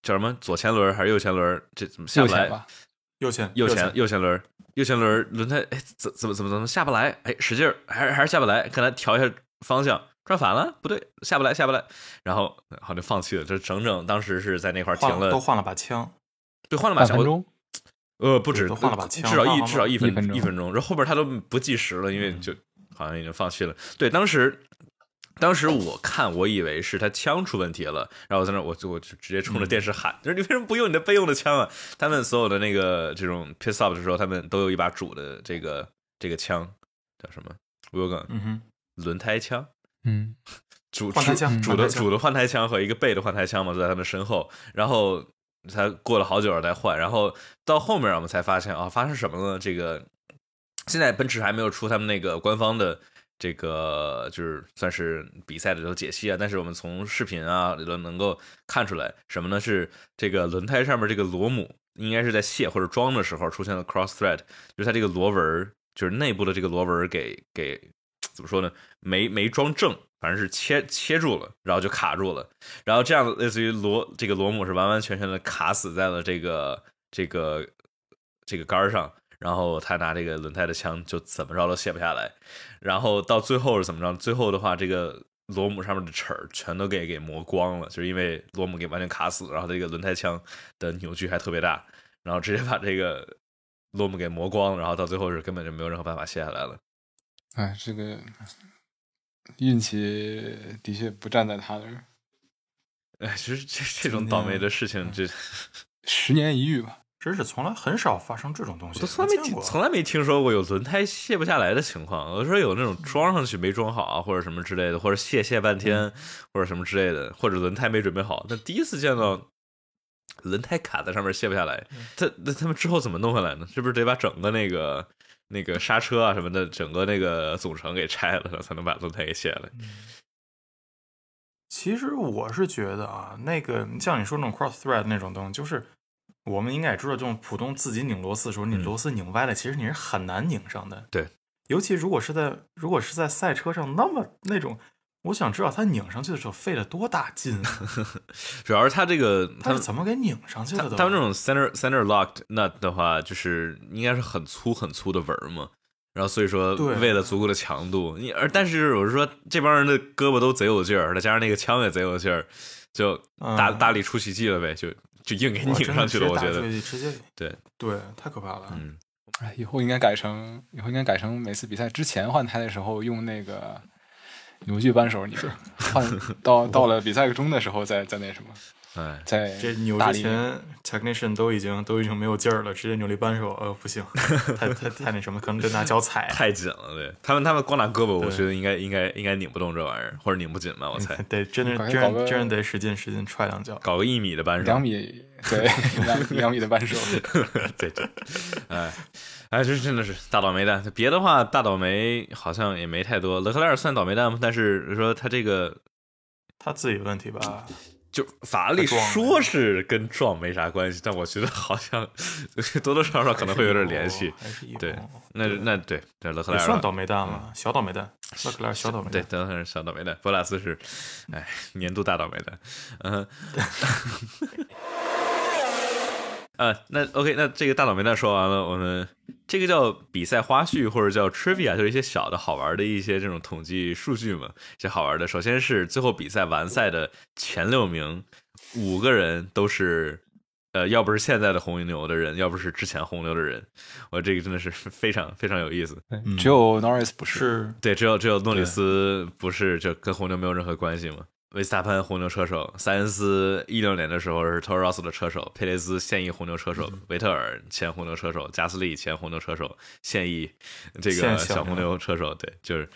S1: 叫什么左前轮还是右前轮？这怎么下不
S2: 前
S1: 来？
S2: 吧，
S3: 右前
S1: 右前
S3: 前
S1: 右前轮，右前轮轮胎，哎，怎怎么怎么怎么下不来？哎，使劲儿，还是还是下不来，跟他调一下方向，转反了，不对，下不来，下不来，然后好像就放弃了。这整整当时是在那块儿停
S3: 换了都
S1: 了，
S3: 换了把枪，
S1: 对，换了把
S2: 半
S1: 枪，我
S2: 分钟，
S1: 呃，不止，
S3: 都换了把
S1: 至
S3: 枪
S1: 少
S3: 换
S1: 一
S3: 了
S1: 至少一
S2: 一分
S1: 分
S2: 钟
S1: 一分钟。然后后边他都不计时了，因为
S3: 嗯
S1: 就好像已经放弃了。对，当时当时我看，我以为是他枪出问题了，然后我在那我就我就直接冲
S3: 嗯
S1: 着电视喊：“就是你为什么不用你的备用的枪啊？”他们所有的那个这种 piss up 的时候，他们都有一把主的这个这个枪，叫什么 w i l
S3: 嗯哼，
S1: 轮胎枪。
S2: 嗯，
S1: 主
S3: 换胎枪
S1: 主主的
S3: 换胎枪
S1: 主的换胎枪和一个背的换胎枪嘛，就在他们身后。然后他过了好久再换，然后到后面我们才发现啊，发生什么了呢？这个现在奔驰还没有出他们那个官方的这个就是算是比赛的这种解析啊，但是我们从视频啊里头能够看出来什么呢？是这个轮胎上面这个螺母应该是在卸或者装的时候出现了 cross thread，就是它这个螺纹儿，就是内部的这个螺纹儿给给怎么说呢？没没装正，反正是切切住了，然后就卡住了，然后这样类似于螺这个螺母是完完全全的卡死在了这个这个这个杆儿上。然后他拿这个轮胎的枪就怎么着都卸不下来，然后到最后是怎么着？最后的话，这个螺母上面的齿儿全都给给磨光了，就是因为螺母给完全卡死了，然后这个轮胎枪的扭矩还特别大，然后直接把这个螺母给磨光了，然后到最后是根本就没有任何办法卸下来了。
S2: 哎，这个运气的确不站在他那儿，
S1: 哎，其实这这种倒霉的事情，这
S2: 十年一遇吧。
S3: 真是从来很少发生这种东西，
S1: 都从来没
S3: 见
S1: 听，
S3: 过。
S1: 从来没听说过有轮胎卸不下来的情况。有的时候有那种装上去没装好啊，或者什么之类的，或者卸卸半天，或者什么之类的，或者轮胎没准备好。但第一次见到轮胎卡在上面卸不下来，他那他们之后怎么弄回来呢？是不是得把整个那个那个刹车啊什么的，整个那个总成给拆了，才能把轮胎给卸下来？
S3: 其实我是觉得啊，那个像你说那种 cross thread 那种东西，就是我们应该也知道，这种普通自己拧螺丝的时候，你
S1: 嗯
S3: 螺丝拧歪了，其实你是很难拧上的。
S1: 对，
S3: 尤其如果是在如果是在赛车上，那么那种，我想知道它拧上去的时候费了多大劲啊，
S1: <laughs> 主要是他这个他
S3: 它是
S1: 们
S3: 怎么给拧上去
S1: 他
S3: 的都？
S1: 他们这种 center center locked nut 的话，就是应该是很粗很粗的纹儿嘛。然后所以说，
S3: 对
S1: 为了足够的强度，你而但是我是说，这帮人的胳膊都贼有劲儿，再加上那个枪也贼有劲儿，就大、
S3: 嗯
S1: 大力出奇迹了呗，就就硬给
S3: 哇
S1: 拧上去了。我觉
S3: 真
S1: 得
S3: 的，直接打出去直接
S1: 对
S3: 对，太可怕了。
S1: 嗯，
S2: 哎，以后应该改成，以后应该改成每次比赛之前换胎的时候用那个扭矩扳手拧，换到到了比赛中的时候再再那什么，
S1: 哎，
S2: 再
S3: 这扭
S2: 大
S3: 之
S2: 力一点。
S3: 前 technician 都已经都已经没有劲儿了，直接扭力扳手，呃，
S1: <laughs>
S3: 不行，太太太那什么，可能得拿脚踩。
S1: 太紧了，对他们他们光拿胳膊，我
S3: 对
S1: 觉得应该应该应该拧不动这玩意儿，或者拧不紧吧，我猜
S3: 得真的
S2: 搞个
S3: 真
S2: 搞
S3: 的
S2: 个
S3: 真的得使劲使劲踹两脚。
S1: 搞个一米的扳手，
S2: 两米，对，两两米的扳手，
S1: <laughs> 对对，哎哎，这真的是大倒霉蛋。别的话，大倒霉好像也没太多。勒克莱尔算倒霉蛋吗？但是说他这个
S3: 他自己问题吧，
S1: 就法拉利
S3: 他撞了
S1: 说是跟撞没啥关系，但我觉得好像 <laughs> 多多少少可能会有点联系。
S3: 还是有，
S1: 对
S3: 还是有
S1: 那那对，这勒克
S3: 也
S1: 莱尔
S3: 算倒霉蛋了，小倒霉蛋，勒克莱尔小倒霉
S1: 对，
S3: 蛋。
S1: 德赫是小倒霉蛋，博拉斯是，哎，年度大倒霉蛋。 <laughs> 嗯，呃，那 OK，那这个大倒霉蛋说完了，我们这个叫比赛花絮或者叫 trivia，就是一些小的好玩的一些这种统计数据嘛，一些好玩的。首先是最后比赛完赛的前六名，五个人都是。呃，要不是现在的红牛的人，要不是之前红牛的人，我这个真的是非常非常有意思。
S3: 嗯
S2: 只有 Norris 不是，
S3: 是
S1: 对，只有只有诺里
S3: 对
S1: 斯不是就跟红牛没有任何关系嘛。维斯塔潘红牛车手，塞恩斯一六年的时候是 Toro Rosso 的车手，佩雷兹现役红牛车手，
S3: 嗯
S1: 维特尔前红牛车手，加斯利前红牛车手，现役这个
S3: 现小
S1: 小红
S3: 牛
S1: 牛车手，对，
S3: <laughs>
S1: 就是，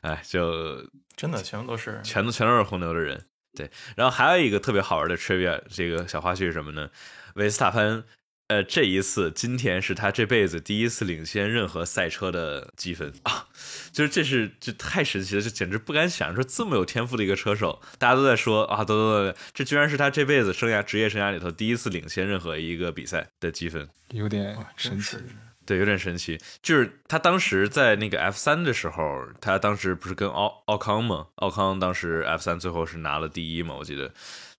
S1: 哎，就
S3: 真的，全部都是
S1: 全都全都是红牛的人。对，然后还有一个特别好玩的 trivia，这个小花絮是什么呢？维斯塔潘，呃，这一次今天是他这辈子第一次领先任何赛车的积分 <laughs> 啊，就是这是这太神奇了，这简直不敢想，说这么有天赋的一个车手，大家都在说啊，等等等，这居然是他这辈子生涯职业生涯里头第一次领先任何一个比赛的积分。
S2: 有点神
S3: 真
S2: 奇
S3: 是。
S1: 对，有点神奇。就是他当时在那个 F 三的时候，他当时不是跟奥奥康嘛？奥康当时 F 三最后是拿了第一嘛？我记得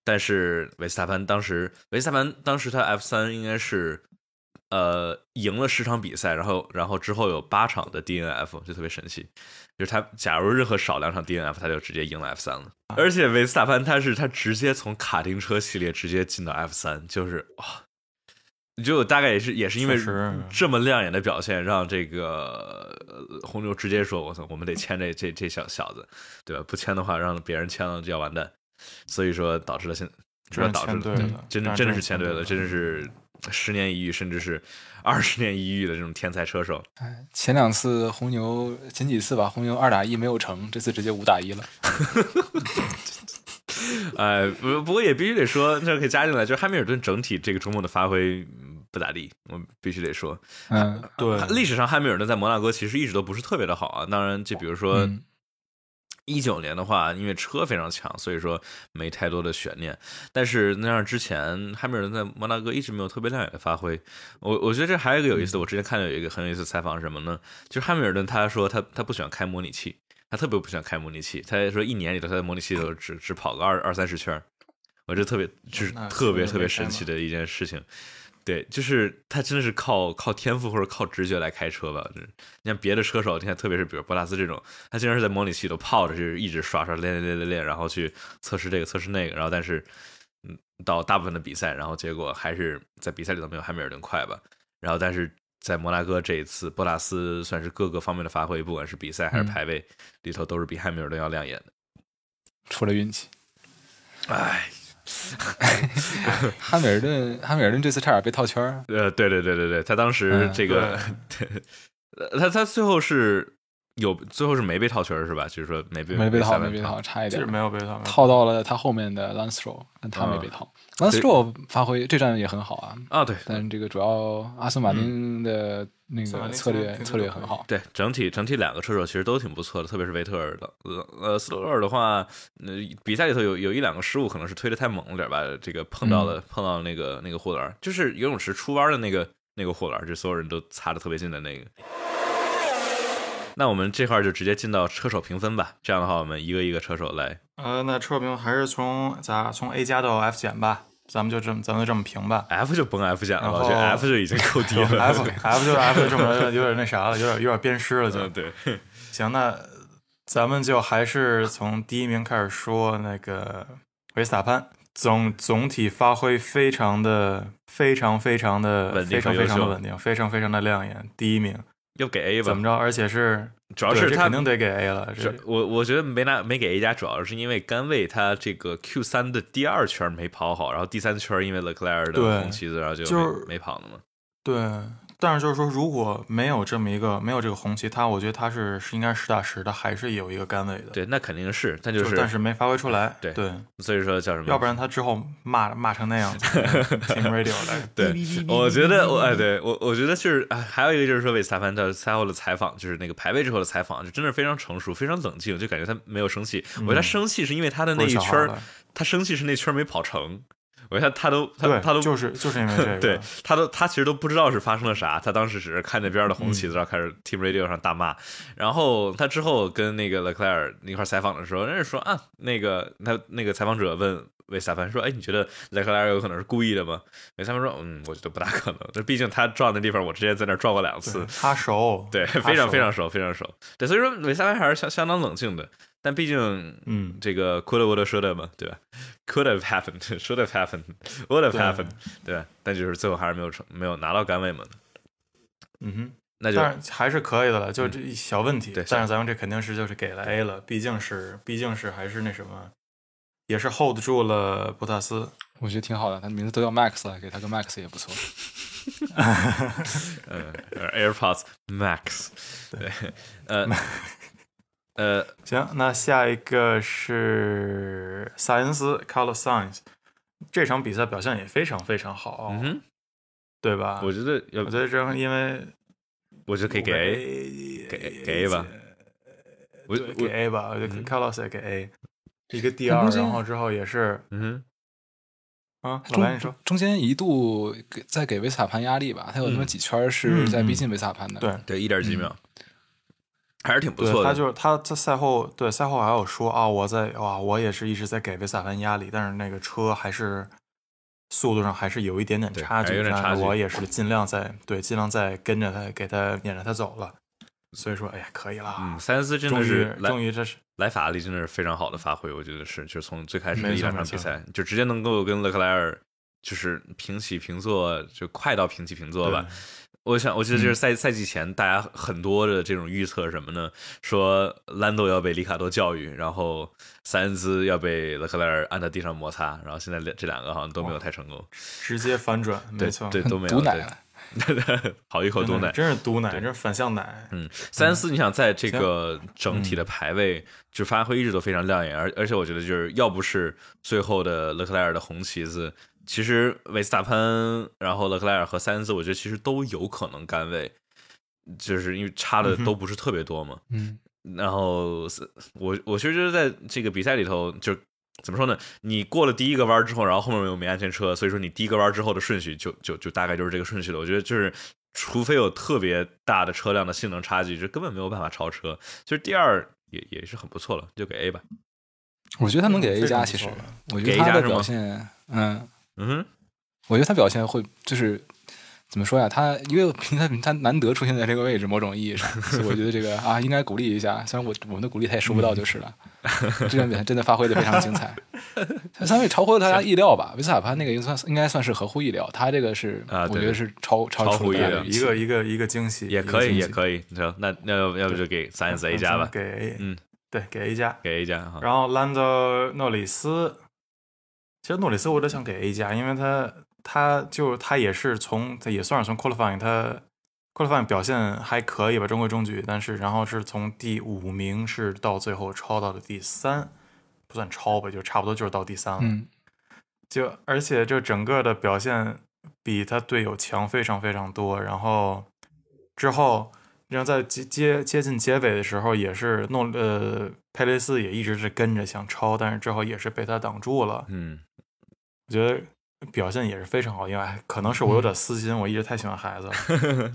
S1: 但是维斯塔潘当时，维斯塔潘当时他 F 三应该是，呃，赢了十场比赛，然后然后之后有八场的 DNF，就特别神奇，就是他假如任何少两场 DNF，他就直接赢了 F 三了。
S3: 啊
S1: 而且维斯塔潘他是他直接从卡丁车系列直接进到 F 三，就是哇。就大概也是也是因为
S3: 确实嗯
S1: 这么亮眼的表现，让这个呃红牛直接说：“我操，我们得签这这这小小子，对吧？不签的话，让别人签了就要完蛋。”所以说导致了现，主要
S3: 真是
S1: 导致
S3: 签
S1: 了
S3: 对了，
S1: 真
S3: 但
S1: 的
S3: 是
S1: 真的是
S3: 的
S1: 签对了，真的是十年一遇，甚至是 <laughs> 二十年一遇的这种天才车手。
S2: 前两次红牛，前几次吧，红牛二打一没有成，这次直接五打一了。
S1: 哎，不不过也必须得说，这可以加进来，就是汉密尔顿整体这个周末的发挥嗯不咋地，我必须得说，
S2: 嗯，
S3: 对
S1: 他历史上汉密尔顿在摩纳哥其实一直都不是特别的好啊。当然，就比如说
S2: 嗯
S1: 一九年的话，因为车非常强，所以说没太多的悬念。但是那样之前，汉密尔顿在摩纳哥一直没有特别亮眼的发挥。我我觉得这还有一个有
S3: 嗯
S1: 意思的，我之前看到有一个很有意思的采访是什么呢？就是汉密尔顿他说他他不喜欢开模拟器，他特别不喜欢开模拟器。他说一年里头他在模拟器里头只只跑个二二三十圈儿，我觉得特别就是
S3: 哦那
S1: 特别
S3: 那
S1: 特别
S3: 没开
S1: 神
S3: 嘛
S1: 奇的一件事情。对，就是他真的是靠靠天赋或者靠直觉来开车吧。就是你像别的车手，你看特别是比如博塔斯这种，他经常是在模拟器里头泡着，就是一直刷刷练练练练练，然后去测试这个测试那个，然后但是嗯，到大部分的比赛，然后结果还是在比赛里头没有汉密尔顿快吧。然后但是在摩纳哥这一次，博塔斯算是各个方面的发挥，不管是比赛还是
S2: 嗯
S1: 排位里头，都是比汉密尔顿要亮眼的。
S2: 除了运气，
S1: 哎，
S2: 汉密尔顿，汉密尔顿这次差点被套圈儿。
S1: 呃，对对对对对，他当时
S2: 嗯
S1: 这个，呃他他最后是有最后是没被套圈儿是吧？就是说没被
S2: 没被
S1: 萨
S2: 套，
S1: 文
S2: 没被套，差一
S3: 就是
S2: 点
S3: 没有被他们
S2: 套到了他后面的 Lance Stroll，但他没被套。Lance Stroll 发挥这站也很好啊，
S1: 啊，对
S2: 但这个主要阿斯顿马丁的那
S3: 斯顿
S2: 个
S3: 马丁
S2: 策略
S3: 现在
S2: 策略很好，
S1: 对，整体整体两个车手其实都挺不错的，特别是维特尔的，呃呃，斯洛尔的话，呃，比赛里头有有一两个失误，可能是推的太猛了点儿吧，这个碰到了、
S3: 嗯
S1: 碰到那个那个护栏儿，就是游泳池出弯儿的那个那个护栏儿，就所有人都擦的特别近的那个。那我们这块儿就直接进到车手评分吧，这样的话我们一个一个车手来
S3: 呃，那车评还是从咋从 A 加到 F 减吧，咱们就这么咱们就这么
S1: <laughs>
S3: 评吧。
S1: F 就甭 F 减了吧，
S3: 然
S1: 我
S3: 后
S1: 觉得 F 就已经够低了。
S3: F F 就 F 这么有点那啥了，有点有点鞭尸了就。
S1: 嗯， <laughs> 对， <laughs>
S3: 行，那咱们就还是从第一名开始说，那个维斯塔潘总总体发挥非常的非常非常的
S1: 稳定
S3: 非常
S1: 和优
S3: 非常的
S1: 秀
S3: 稳定，非常非常的亮眼，第一名
S1: 要给 A 吧，
S3: 怎么着？而且是
S1: 主要
S3: 对
S1: 是
S3: 这
S1: 他
S3: 肯定得给 A 了，
S1: 是
S3: 这
S1: 我我觉得没拿没给 A 加，主要是因为甘位他这个 Q 三的第二圈没跑好，然后第三圈因为勒克莱尔的
S3: 对
S1: 红旗子，然后就没
S3: 就是
S1: 没跑了嘛。
S3: 对。但是就是说，如果没有这么一个没有这个红旗，他我觉得他是是应该实打实的，还是有一个杆位的。
S1: 对，那肯定是，但
S3: 就
S1: 就是
S3: 但是没发挥出来，
S1: 对
S3: 对，
S1: 所以说叫什么？
S3: 要不然他之后骂骂成那
S1: <laughs>
S3: 样子，Team Radio 来，
S1: 对
S3: 哔哔哔哔哔，
S1: 我觉得我
S3: 嗯
S1: 哎，对我我觉得就是哎还有一个就是说维斯塔潘到赛后的采访，就是那个排位之后的采访，就真的是非常成熟，非常冷静，就感觉他没有生气。我觉得他生气是因为他的那
S3: 嗯不
S1: 一
S3: 是小
S1: 圈
S3: 孩
S1: 儿
S3: 了，
S1: 他生气是那圈儿没跑成。我觉得他他都他
S3: 对，
S1: 他都
S3: 就是就是因为这个，
S1: 对他都他其实都不知道是发生了啥，他当时只是看着边上的红
S3: 嗯
S1: 旗子，然后开始 Team Radio 上大骂。然后他之后跟那个勒克莱尔那块儿采访的时候，人家说啊，那个他那个采访者问维斯塔潘说，哎，你觉得勒克莱尔有可能是故意的吗？维斯塔潘说，嗯，我觉得不大可能，这毕竟他撞的地方，我之前在那儿撞过两次
S3: 对，，他熟，
S1: 对，
S3: 他
S1: 非常
S3: 熟
S1: 非常，熟，非常熟。对，所以说维斯塔潘还是相相当冷静的，但毕竟
S3: 嗯，
S1: 这个 could have would have should have 嘛，对吧？Could have happened, <laughs> should have happened, would have
S3: 对
S1: happened，对吧？但就是最后还是没有成，没有拿到杆位嘛，
S3: 嗯
S1: 那
S3: 哼，
S1: 就嗯
S3: 但是还是可以的了，就这一小问题，
S1: 对
S3: 但是咱们这肯定是就是给了 A 了，毕竟是毕竟是还是那什么，也是 hold 住了博塔斯，
S2: 我觉得挺好的。他名字都叫 Max 了，给他个 Max 也不错。
S1: 呃呃 AirPods Max，对，呃呃，
S3: 行，那下一个是萨恩斯 Carlos Sainz，这场比赛表现也非常非常好，
S1: 嗯哼，
S3: 对吧？
S1: 我觉得要
S3: 我，觉得这样因为
S1: 嗯我觉得可以给 A，
S3: A，
S1: 给给 A 吧，我
S3: 对给
S1: 我
S3: A 吧，我觉得
S1: 嗯
S3: Carlos 也给 A，一个第
S2: 那
S3: 二，
S2: 估计
S3: 然后之后也是
S1: 嗯哼，
S3: 啊，老白你
S2: 中
S3: 说，
S2: 中间一度给在给维斯塔潘压力吧，他有那么
S1: 嗯
S2: 几圈是在
S3: 嗯
S2: 逼近维斯塔潘的。
S3: 对
S1: 对，一点几秒，还是挺不
S3: 嗯对
S1: 错的。
S3: 他就是他在赛后对赛后还有说啊，我在哇，我也是一直在给维斯塔潘压力，但是那个车还是速度上还是有一点点
S1: 对
S3: 差
S1: 还
S3: 距，
S1: 有点差
S3: 但
S1: 距
S3: 是我也是尽量在对尽量在跟着他给他撵着他走了，所以说哎呀可以了，
S1: 嗯，塞恩斯真
S3: 终
S1: 的
S3: 于
S1: 是来
S3: 终于这是
S1: 莱法拉利真的是非常好的发挥，我觉得是，就是从最开始的
S3: 没
S1: 一
S3: 错
S1: 两场
S3: 没
S1: 比
S3: 错
S1: 赛，就直接能够跟勒克莱尔就是平起平坐，就快到平起平坐吧
S3: 对。嗯
S1: 我想，我记得就是赛赛季前，大家很多的这种预测是什么呢？说兰豆要被里卡多教育，然后塞恩斯要被勒克莱尔按在地上摩擦，然后现在两这两个好像都没有太成功，
S3: 直接反转，
S1: 对
S3: 哦没错，
S1: 对，都没有
S2: 毒奶啊，
S1: 对， <laughs> 好一口
S3: 真
S1: 毒
S3: 的
S1: 奶
S3: 是，真是毒奶，真是反向奶，
S1: 嗯，三四，你想在这个整体的排位，就发挥一直都非常亮眼，而而且我觉得就是要不是最后的勒克莱尔的红旗子，其实维斯塔潘，然后勒克莱尔和塞恩斯，我觉得其实都有可能干位，就是因为差的都不是特别多嘛。
S2: 嗯，
S1: 然后是我我其实就是在这个比赛里头，就怎么说呢？你过了第一个弯儿之后，然后后面又没安全车，所以说你第一个弯儿之后的顺序就就就大概就是这个顺序了。我觉得就是，除非有特别大的车辆的性能差距，就根本没有办法超车。其实第二也也是很不错了，就给 A 吧。
S2: 我觉得他能
S1: 嗯
S2: 给 A
S3: 非常
S2: 加，
S3: 不
S2: 其实
S3: 错了
S2: 我觉
S1: 给
S2: 得
S1: A
S2: 他
S1: 加
S2: 的
S1: 是吗
S2: 表现，嗯，
S1: 嗯哼，
S2: 我觉得他表现会就是怎么说呀？他因为平他他难得出现在这个位置，某种意义上，所以我觉得这个啊应该鼓励一下。虽然我我们的鼓励他也收不
S1: 嗯
S2: 到就是了。这场比赛真的发挥的非常精彩，他相当于超乎了大家意料吧。维斯塔潘那个应算应该算是合乎意料，他这个是、
S1: 啊对
S2: 我觉得是超超
S1: 超
S2: 出
S1: 乎
S2: 了
S1: 意
S2: 大家
S1: 料
S2: 的预
S3: 啊一
S2: 期
S3: 个一个一个惊喜，
S1: 嗯也可以，也
S3: 以，
S1: 可以。行，那那要要不就给三 S A 加吧，
S3: 给 A，
S1: 嗯，
S3: 对，给 A 加，
S1: 给 A 加哈。
S3: 然后兰德诺里斯，其实诺里斯我都想给 A 加，因为他他就他也是从他也算是从 qualifying 他 qualifying 表现还可以吧，中规中矩，但是然后是从第五名是到最后超到了第三，不算超吧，就差不多就是到第三了。
S2: 嗯，
S3: 就而且这整个的表现比他队友强非常非常多。然后之后，然后在接接接近结尾的时候，也是诺呃佩雷斯也一直是跟着想超，但是之后也是被他挡住了。
S1: 嗯， <laughs>
S3: 我觉得表现也是非常好，因为哎可能是我有点私心，我一直太喜欢孩
S1: <laughs>
S3: 子了。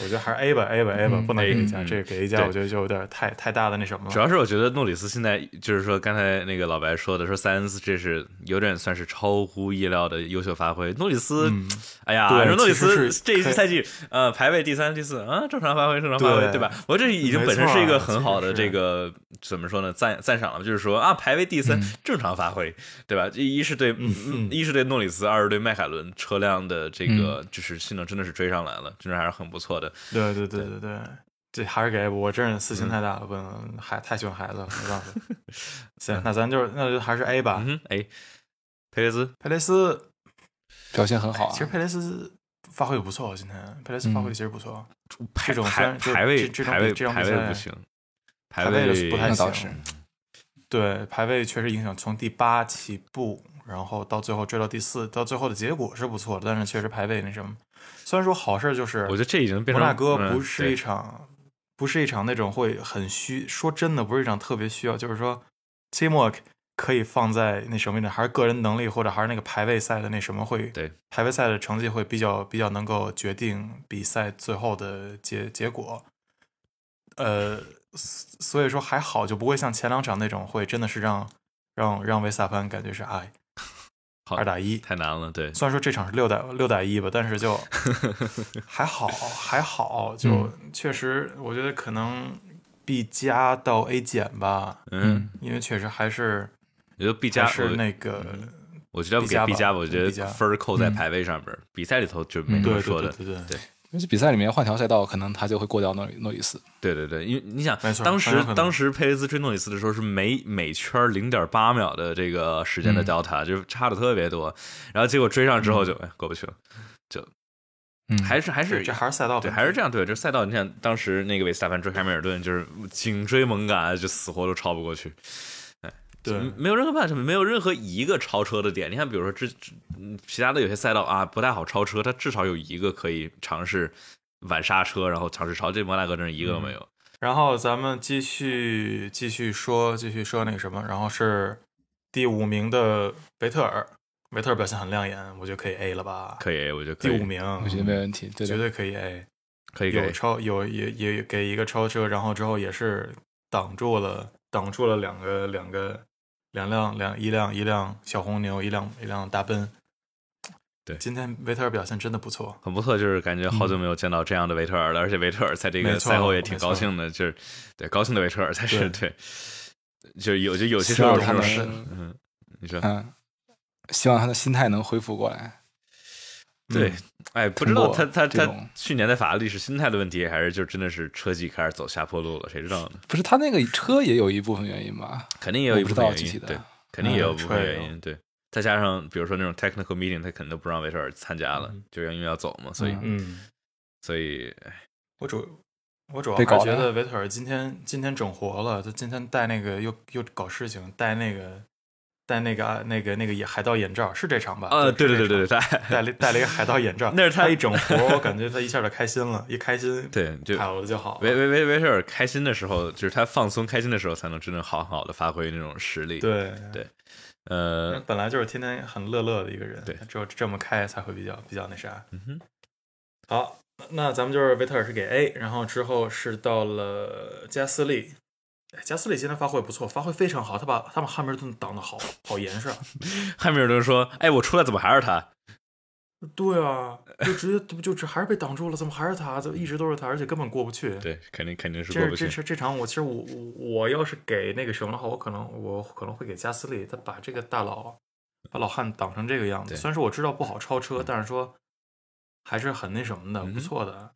S3: 我觉得还是 A 吧，A 吧，A 吧，
S2: 嗯
S3: 不能给一加，
S1: 嗯
S3: 这个给一加，
S1: 对
S3: 我觉得就有点太太大的那什么
S1: 主
S3: 了。
S1: 要是我觉得诺里斯现在就是说，刚才那个老白说的，说塞恩斯这是有点算是超乎意料的优秀发挥。诺里斯，
S3: 嗯
S1: 哎呀，
S3: 对
S1: 说诺里
S3: 其
S1: 斯
S3: 实是
S1: 这一
S3: 可以
S1: 赛季呃排位第三、第四啊，正常发挥，正常发挥，
S3: 对
S1: 对吧？我这已经
S3: 没
S1: 本身
S3: 错
S1: 是一个
S3: 啊
S1: 很
S3: 其
S1: 好
S3: 实
S1: 的
S3: 是
S1: 这个怎么说呢赞赞赏了，就是说啊排位第三，正常发挥，对吧？一一是对
S3: 嗯
S1: 一是对诺里斯，二是对迈凯伦车辆的这个就是性能真的是追上来了，真的还是很不错的。
S3: 对对对对对，这还是给我真是
S1: 嗯
S3: 私心太大了，不能还太喜欢孩子了，没
S1: <laughs>
S3: 办法。行，那咱就那就还是 A 吧
S1: 嗯。哼，哎，佩雷兹，
S3: 佩雷斯哎
S2: 表现很好啊
S3: 其实。佩雷斯发挥得不错，今天佩雷斯发
S1: 嗯
S3: 挥得其实不错，
S1: 排
S3: 这种虽
S1: 排
S3: 然这
S1: 排位
S3: 这这种
S1: 排位
S3: 比这种
S1: 排
S3: 比
S1: 位
S3: 赛
S1: 不行，排
S3: 排位是不太
S2: 那
S3: 行
S2: 倒是。
S1: 嗯
S3: 对排位确实影响，从第八起步，然后到最后追到第四，到最后的结果是不错的，但是确实排位那什么。虽然说好事就是，
S1: 我觉得这已经变
S3: 摩
S1: 成
S3: 纳哥
S1: 嗯
S3: 不是
S1: 对
S3: 一场，不是一场那种会很需，说真的，不是一场特别需要，就是说 teamwork 可以放在那什么的，还是个人能力或者还是那个排位赛的那什么会，
S1: 对
S3: 排位赛的成绩会比较比较能够决定比赛最后的结结果。呃，所所以说还好，就不会像前两场那种会真的是让让让维萨潘感觉是哎
S1: 好
S3: 二打一，
S1: 太难了，对，
S3: 虽然说这场是六打六打一吧，但
S1: <laughs>
S3: 是就还好还好，就
S1: 嗯
S3: 确实我觉得可能 B 加到 A 减吧，
S1: 嗯，
S3: 因为确实还是
S1: 我觉得 B 加
S3: 还是
S1: 我嗯
S3: 那个
S1: 我觉得要不
S3: B
S1: 给
S3: 加
S1: B
S3: 吧
S1: 加，我觉
S3: B 加嗯
S1: 得分儿扣在排位上边儿，比赛里头就没
S2: 嗯
S1: 什么
S3: 对
S1: 说
S3: 对
S1: 的
S3: 对，对对
S1: 对
S2: 而且比赛里面换条赛道，可能他就会过掉诺里诺里斯。
S1: 对对对，因为你想
S3: 没，错
S1: 当
S3: 很
S1: 时
S3: 有可能
S1: 当时佩雷斯追诺里斯的时候是每每圈零点八秒的这个时间的
S2: 嗯
S1: delta，、就差的特别多，然后结果追上之后就、哎过不去了，
S2: 嗯，
S1: 还是还是
S3: 这还是赛道
S1: 对
S3: 本
S1: 还是
S3: 身
S1: 这样对，这赛道你想当时那个维斯塔潘追凯美尔顿就是紧追猛赶，就死活都超不过去，嗯
S3: 对。
S1: 没有任何办法，没有任何一个超车的点。你看，比如说这这嗯其他的有些赛道啊不太好超车，它至少有一个可以尝试晚刹车，然后尝试超。这摩纳哥真是一个都
S3: 嗯
S1: 没有。
S3: 然后咱们继续继续说继续说那个什么，然后是第五名的维特尔，维特尔表现很亮眼，我觉得可以 A 了吧？
S1: 可以，我觉得可
S3: 第
S1: 以。
S3: 五名，嗯
S2: 我觉得没问题，对
S3: 绝
S2: 的。
S3: 对可以 A。
S1: 可以可
S3: 有
S1: 以，
S3: 超有也也给一个超车，然后之后也是挡住了挡住了两个两个两辆两一辆一辆小红牛，一辆一辆大奔。
S1: 对
S3: 今天维特尔表现真的不错，
S1: 很不错，就是感觉好久没有见到这样的维特尔了，而且维特尔在这个
S3: 嗯没错
S1: 赛后也挺高
S3: 没错
S1: 兴的，就是对高兴的维特尔才是对，就有就有些时
S2: 希
S1: 候
S2: 望
S1: 这
S2: 他
S1: 种
S2: 们
S1: 事，嗯，你说
S2: 嗯，希望他的心态能恢复过来。
S1: 对
S3: 嗯，
S1: 哎，不知道他他
S2: 这
S1: 他
S2: 种
S1: 去年在法拉利是心态的问题，还是就真的是车技开始走下坡路了，谁知道呢？
S2: 不是他那个车也有一部分原因吧？
S1: 肯定也有一部分
S2: 我不知道
S1: 原
S2: 具体
S1: 因，
S2: 的
S1: 对，
S2: <laughs>
S1: 肯定也有一部分
S3: 嗯
S1: 原因，对。再加上比如说那种 technical meeting，他肯定都不让维特尔参加了
S3: 嗯，
S1: 就因为要走嘛，所以
S2: 嗯
S3: 嗯，
S1: 所以
S3: 我主我主要
S2: 被
S3: 还
S2: 搞
S3: 是觉
S2: 了
S3: 得维特尔今天今天整活了，他今天戴那个又又搞事情，戴那个戴那个啊那个那个眼海盗眼罩，是这场吧？
S1: 啊，对
S3: 是
S1: 对对对
S3: 这
S1: 对，
S3: 场戴
S1: 他，
S3: 了戴了一个海盗眼罩
S1: <laughs> 那是他
S3: 他一整活，我感觉他一下就开心了，一开心
S1: <laughs> 对就
S3: 跑了就好了。
S1: 维维维维特尔开心的时候，就是他放松开心的时候，才能真正好好的发挥那种实力。，
S3: 对
S1: 呃，
S3: 本来就是天天很乐乐的一个人，
S1: 对
S3: 只有这么开才会比较比较那啥。
S1: 嗯哼，
S3: 好，那咱们就是维特尔是给 A，然后之后是到了加斯利。哎加斯利今天发挥不错，发挥非常好，他把他把汉密尔顿挡得好好严实啊。 <laughs>
S1: 汉密尔顿说：“哎，我出来怎么还是他？
S3: 对啊，就直接就就还是被挡住了，怎么还是他？怎么一直都是他，而且根本过不去。
S1: 对，肯定肯定是过
S3: 这
S1: 不
S3: 这
S1: 去。
S3: 这这场我其实我我我要是给那个什么的话，我可能我可能会给加斯利，他把这个大佬把老汉挡成这个样子。
S1: 对嗯
S3: 虽然说我知道不好超车，但是说还是很那什么的，
S1: 嗯哼
S3: 不错的。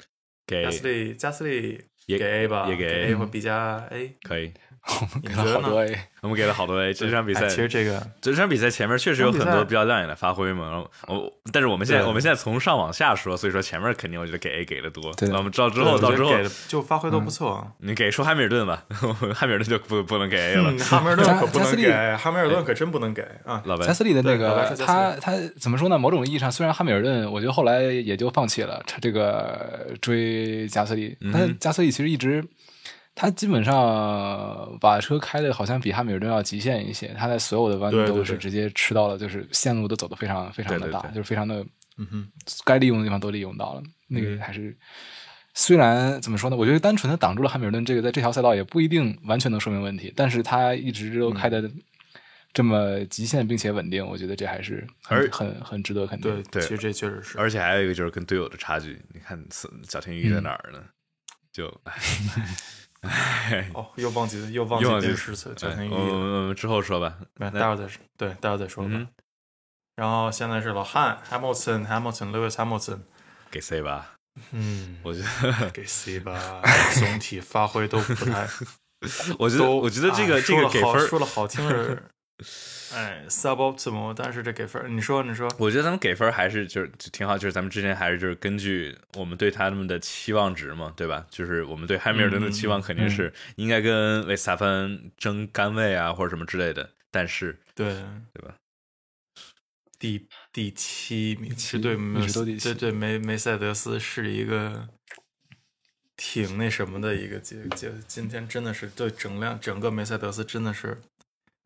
S1: 给
S3: 加斯利加斯利
S1: 也
S3: 给 A 吧，
S1: 也给
S3: A
S1: A
S3: 或 B
S1: <laughs>
S3: 加 A。
S1: 可以，
S2: 我们给
S3: 你
S2: 了
S3: 觉
S2: 好
S3: 得呢
S2: 多哎 A，
S1: 我们给了好多 A。这场比赛，
S3: 哎其实这个
S1: 这场比赛前面确实有很
S3: 这场
S1: 多
S3: 比赛哦
S1: 比较亮眼的发挥嘛。然后我，但是我们现在
S3: 对
S1: 我们现在从上往下说，所以说前面肯定我觉得给 A 给的多。
S2: 对
S1: 那我们到之后
S3: 我觉
S1: 到
S3: 得
S1: 之后嗯
S3: 给，的就发挥都不错。
S1: 你给说汉密尔顿吧， <laughs> 汉密尔顿就不不能给 A 了。嗯
S3: 嗯，汉密尔顿可不
S2: 加加斯
S3: 能
S2: 利
S3: 给，汉密尔顿可真不能给啊。
S1: 老白
S2: 加，斯利的那
S3: 对老白
S2: 个
S3: 是，加斯
S2: 他
S3: 利
S2: 他怎么说呢？某种意义上，虽然汉密尔顿，我觉得后来也就放弃了他这个追加斯利
S1: 嗯，哼
S2: 但是加斯利其实一直。他基本上把车开的好像比汉密尔顿要极限一些，他在所有的弯
S3: 对对
S2: 都
S3: 对
S2: 是直接吃到了，就是线路都走的非常非常
S1: 对
S2: 的
S1: 对
S2: 大，
S1: 对
S2: 就是非常的
S3: 嗯哼，
S2: 该利用的地方都利用到了，那
S1: 嗯
S2: 个还是、虽然怎么说呢，我觉得单纯的挡住了汉密尔顿，这个在这条赛道也不一定完全能说明问题，但是他一直都开
S3: 嗯
S2: 的这么极限并且稳定，我觉得这还是
S1: 而
S2: 很很很值得肯定。
S3: 对，
S1: 嗯对
S3: 其实这确实是。
S1: 而且还有一个就是跟队友的差距，你看四小天
S3: 嗯
S1: 宇在哪儿呢？就
S3: 哦，又忘记又忘
S1: 又忘记
S3: 记是次九天
S1: 哎
S3: 一
S1: 我们我们之后说吧。
S3: 那待会儿再说，对，待会儿再说吧。
S1: 嗯
S3: 然后现在是老汉 Hamilton Hamilton Lewis Hamilton，
S1: 给 C 吧，
S3: 嗯，
S1: 我觉得， <laughs>
S3: 给 C 吧，总体发挥都不太，
S1: 我觉得，
S3: 都
S1: 我觉得这个、
S3: 啊
S1: 这
S3: 说
S1: 个
S3: 了
S1: 给
S3: 好
S1: 分
S3: 说
S1: 儿，
S3: 了好听是，哎，suboptimal，但是这给分儿，你说你说，
S1: 我觉得咱们给分儿还是就是就挺好，就是咱们之前还是就是根据我们对他们的期望值嘛，对吧？就是我们对汉密尔顿的期望肯定
S3: 嗯
S1: 是应该跟维斯塔潘争杆位啊，或者什么之类的，但是
S3: 对
S1: 对吧？
S3: 第第七名
S2: 七
S3: 是对梅
S2: 一直都第七
S3: 对对梅梅赛德斯是一个挺那什么的一个结结，今天真的是对整辆整个梅赛德斯真的是，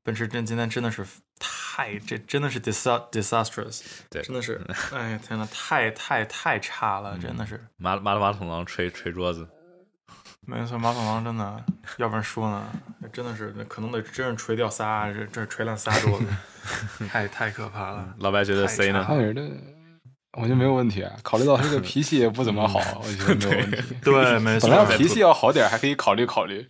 S3: 奔驰真今天真的是太这真的是 disa disastrous，
S1: 对
S3: 真的是哎呀天呐，太太太差了，
S2: 嗯
S3: 真的是，
S1: 马马马桶狼捶捶桌子，
S3: 没错，马桶王真的，要不然说呢，真的是可能得真是锤掉仨，这这锤烂仨桌
S2: <laughs>
S3: 子，太太可怕了。
S1: 老白觉得
S3: 太
S1: C 呢 <laughs>
S3: 差？
S2: 汉密尔顿我觉得没有问题啊，考虑到他
S3: <laughs>
S2: 这个脾气也不怎么好，我觉得没有问题。
S3: 嗯对，没错
S2: <laughs> 本来要脾气要好点，还可以考虑考虑。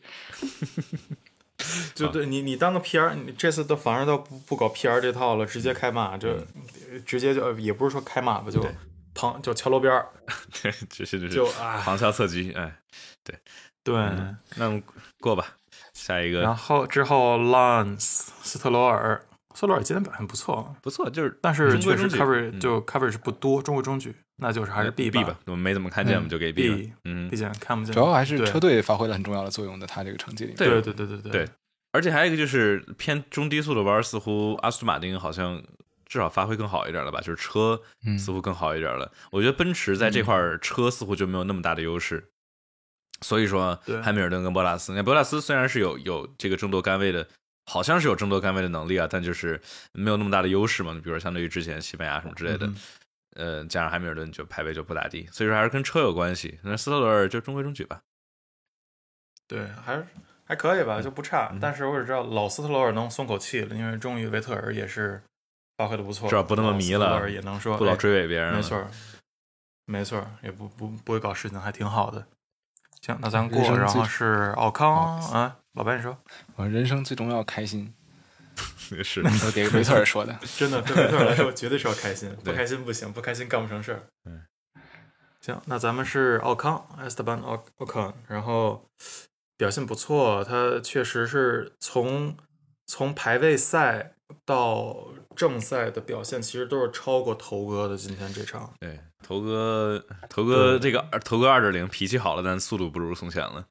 S3: 就对你，你当个 PR，你这次都反而都不不搞 PR 这套了，直接开骂，就直接就呃也不是说开骂吧，就旁就敲锣边儿，
S1: 对，这是这是
S3: 就啊，
S1: 旁敲侧击，哎，
S3: 对。
S1: 那我们过吧，下一
S3: 然
S1: 个
S3: 后之后，Lance 斯特罗尔，斯特罗尔今天表现不错，啊
S1: 不错，就是
S3: 但是
S1: 中规
S3: 确
S1: 中
S3: 实
S1: 矩
S3: coverage
S1: 嗯呃
S3: 就 coverage 不多，中规中矩，那就是还是 B
S1: B
S3: 吧，
S1: 我们没怎么看见，
S3: 嗯
S1: 我们就给 B 吧
S3: B
S1: 嗯
S3: 毕，竟看不见。
S2: 主要还是
S3: 对
S2: 车队发挥了很重要的作用的，他这个成绩里面。
S3: 对对对对对
S1: 对而且还有一个就是偏中低速的弯儿，似乎阿斯顿马丁好像至少发挥更好一点了吧，就是车
S2: 嗯
S1: 似乎更好一点了。我觉得奔驰
S3: 嗯
S1: 在这块儿车似乎就没有那么大的优势，所以说
S3: 对
S1: 汉密尔顿跟博拉斯，那博拉斯虽然是有有这个争夺杆位的。好像是有争夺杆位的能力啊，但就是没有那么大的优势嘛。比如说相对于之前西班牙什么之类的，
S3: 嗯
S1: 呃，加上汉密尔顿就排位就不咋地，所以说还是跟车有关系。那斯特勒尔就中规中矩吧。
S3: 对，还是还可以吧，就
S1: 嗯
S3: 不差。但是我只知道老斯特罗尔能松口气了，因为终于维特尔也是发挥的不错，
S1: 至少不那么迷了
S3: 老斯特罗尔也能说
S1: 不老追尾别
S3: 哎
S1: 人了。
S3: 没错，没错，也不不不会搞事情，还挺好的。行，那咱过
S2: 人，生
S3: 然
S2: 最
S3: 后是奥康啊，老白你说，
S2: 我人生最重要开心，
S1: 也
S3: <laughs>
S1: 是。
S2: 我给维特尔说的。
S3: 真的对维特尔来说绝对是要开心，不
S1: 对
S3: 开心不行，不开心干不成事儿。
S1: 嗯，
S3: 行，那咱们是奥康 Esteban 奥奥康，然后表现不错，他确实是从从排位赛到正赛的表现，其实都是超过头哥的。今天这场，
S1: 对，头哥，头哥
S3: 对
S1: 这个头哥二点零脾气好了，但速度不如从前了，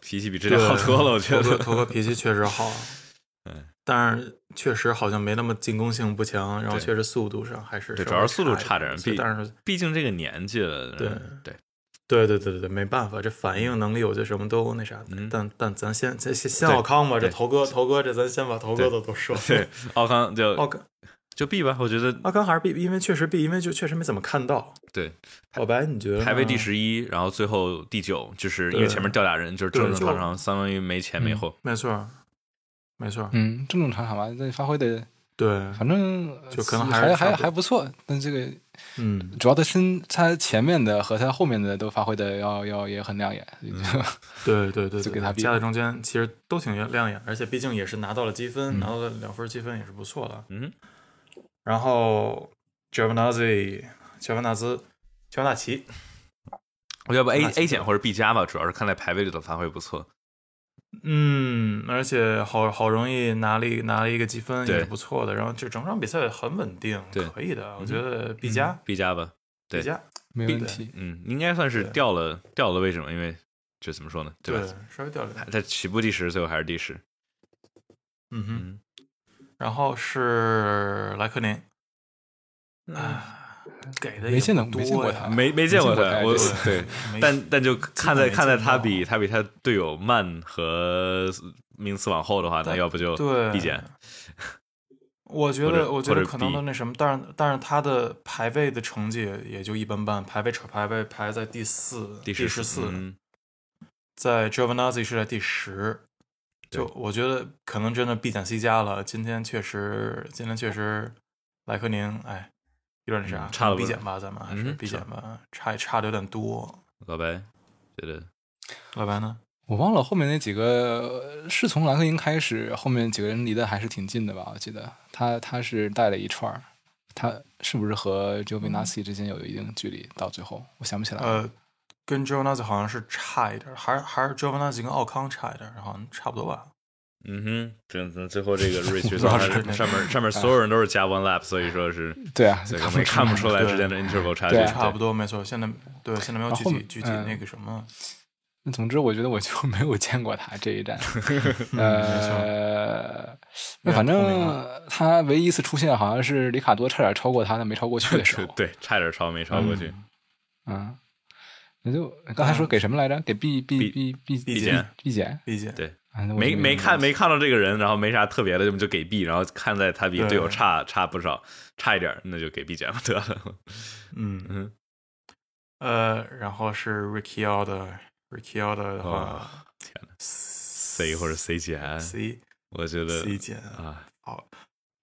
S1: 脾气比之前好多了，我觉
S3: 头哥
S1: 得。
S3: 头哥脾气确
S1: <laughs>
S3: 实好，
S1: 嗯，
S3: 但是确实好像没那么进攻性不强，然后
S1: 对
S3: 确实速度上还是
S1: 对
S3: 稍
S1: 主要
S3: 微
S1: 是速度
S3: 差
S1: 差
S3: 一
S1: 点
S3: 所以
S1: 毕
S3: 但是
S1: 毕竟这个年纪了，
S3: 对
S1: 对，
S3: 对对对对对，没办法，这反应能力我觉得什么都那啥的，
S1: 嗯
S3: 但但咱先先先先
S1: 对
S3: 奥康吧，这
S1: 对
S3: 头哥头哥这咱先把头哥
S1: 对
S3: 的都说了。
S1: 对，奥康就
S3: 奥康
S1: 就 B 吧，我觉得
S3: 奥康还是 B，因为确实 B，因为就确实没怎么看到。
S1: 对，
S3: 老白，你觉得呢
S1: 排位第？十一，然后最后第九，就是因为
S3: 对
S1: 前面掉俩人，就是
S3: 对
S1: 正正
S3: 就嗯
S1: 常常，相当于没前没后。
S3: 没错，没错，
S2: 嗯，正正常常吧，那发挥的
S3: 对，
S2: 反正
S3: 就可能还
S2: 还
S3: 是差
S2: 还
S3: 不多
S2: 还不错，但这个
S3: 嗯，
S2: 主要他身他前面的和他后面的都发挥的要要也很亮眼，所以
S3: 嗯
S2: 就
S3: 对对对
S2: 就给
S3: 对，
S2: 他 B
S3: 夹在中间其实都挺亮眼，而且毕竟也是拿到了积分，
S2: 嗯
S3: 拿到了两分积分也是不错了。
S1: 嗯，
S3: 然后 j a v a n a z i j a v a n a z 乔纳奇，
S1: 我要不 A
S3: 那其
S1: A
S3: 实
S1: 减或者 B 加吧，主要是看在排位里的发挥不错。
S3: 嗯，而且好好容易拿了一拿了一个积分也
S1: 对
S3: 是不错的，然后这整场比赛很稳定，
S1: 对嗯
S3: 可以的，我觉得 B 加、
S1: B 加吧，对
S3: B 加
S2: <laughs> 没问题。
S1: 嗯，应该算是
S3: 对
S1: 掉了掉了位置嘛，因为就怎么说呢，对吧？
S3: 稍微掉了点，
S1: 他起步第十，最后还是第十。
S3: 嗯哼，
S1: 嗯，
S3: 然后是莱克宁，
S1: 啊
S3: 给的
S2: 没
S3: 也
S2: 见到
S3: 不
S2: 没见
S3: 多
S2: 过
S3: 呀
S2: 他
S1: 没没见过他，我
S2: 没见过
S3: 他
S1: 对，
S3: <laughs>
S1: <laughs>
S3: 没
S1: 但但就看在
S3: 没见
S1: 看在
S3: 到
S1: 他比他比他队友慢和名次往后的话，那
S3: 但
S1: 要不就
S3: 对
S1: B 减，
S3: 我觉
S1: 或
S3: 得，
S1: 者
S3: 我觉
S1: 或
S3: 得
S1: 者
S3: 可能
S1: B
S3: 的那什么，但是但是他的排位的成绩也就一般般，排位排位排在第四，
S1: 第
S3: 第
S1: 十
S3: 四，
S1: 嗯
S3: 在 g i o v a n a z i 是在第十，就
S1: 对
S3: 我觉得可能真的 B 减 C 加了。今天确实，今天确实，莱克宁哎有点那啥，
S1: 嗯差了不
S3: B
S1: 少
S3: 减吧，咱们还是
S1: 嗯
S3: B
S1: 是
S3: 减吧，差差的有点多。
S1: 老白觉得
S3: 老白呢？
S2: 我忘了后面那几个呃是从兰克营开始，后面几个人离得还是挺近的吧？我记得他他是带了一串儿，他是不是和 j o v i n a s i 之间有一定距离？到最后我想不起来了。
S3: 呃，跟 g i o v a n a z i 好像是差一点，还是还是 g i o v a n a z i 跟奥康差一点，好像差不多吧。
S1: 嗯哼，这这最后这个 Rich
S3: 知道
S1: 上
S3: 是
S1: 面上面上面所有人都是加 one lap，所以说是
S2: 对啊，
S1: 这个没看不出来
S3: 对
S1: 之间的 interval 差距
S2: 对，
S3: 差不多，没错。现在对，现在没有
S2: 啊
S3: 具
S2: 后
S3: 体
S2: 面
S3: 具体
S2: 嗯
S3: 那个什么，
S2: 那总之，我觉得我就 <laughs> 没有见过他这一站。
S3: 嗯，没错，
S2: 呃，
S3: 有
S2: 那
S3: 点
S2: 反
S3: 透明
S2: 正他唯一一次出现，好像是里卡多差点超过他，但没超过去的时候
S1: <laughs> 对。对，差点超没超过去，
S2: 嗯，那就刚才说给什么来着？给 B B B B
S3: B
S1: 减
S2: B 减。
S3: 毕竟
S1: 对，
S2: 啊那我
S1: 没
S2: 就
S1: 没看没看到这个人，然后没啥特别的，就就给 B，然后看在他比
S3: 对
S1: 队友差差不少，差一点儿那就给 B 减吧得了，
S3: 嗯
S1: 嗯
S3: 呃，然后是 Ricky O 的 Ricky O 的
S1: 哦
S3: 话
S1: 天哪
S3: ，C
S1: ，C 或者 C 减，
S3: C
S1: 我觉得
S3: C 减，
S1: 啊，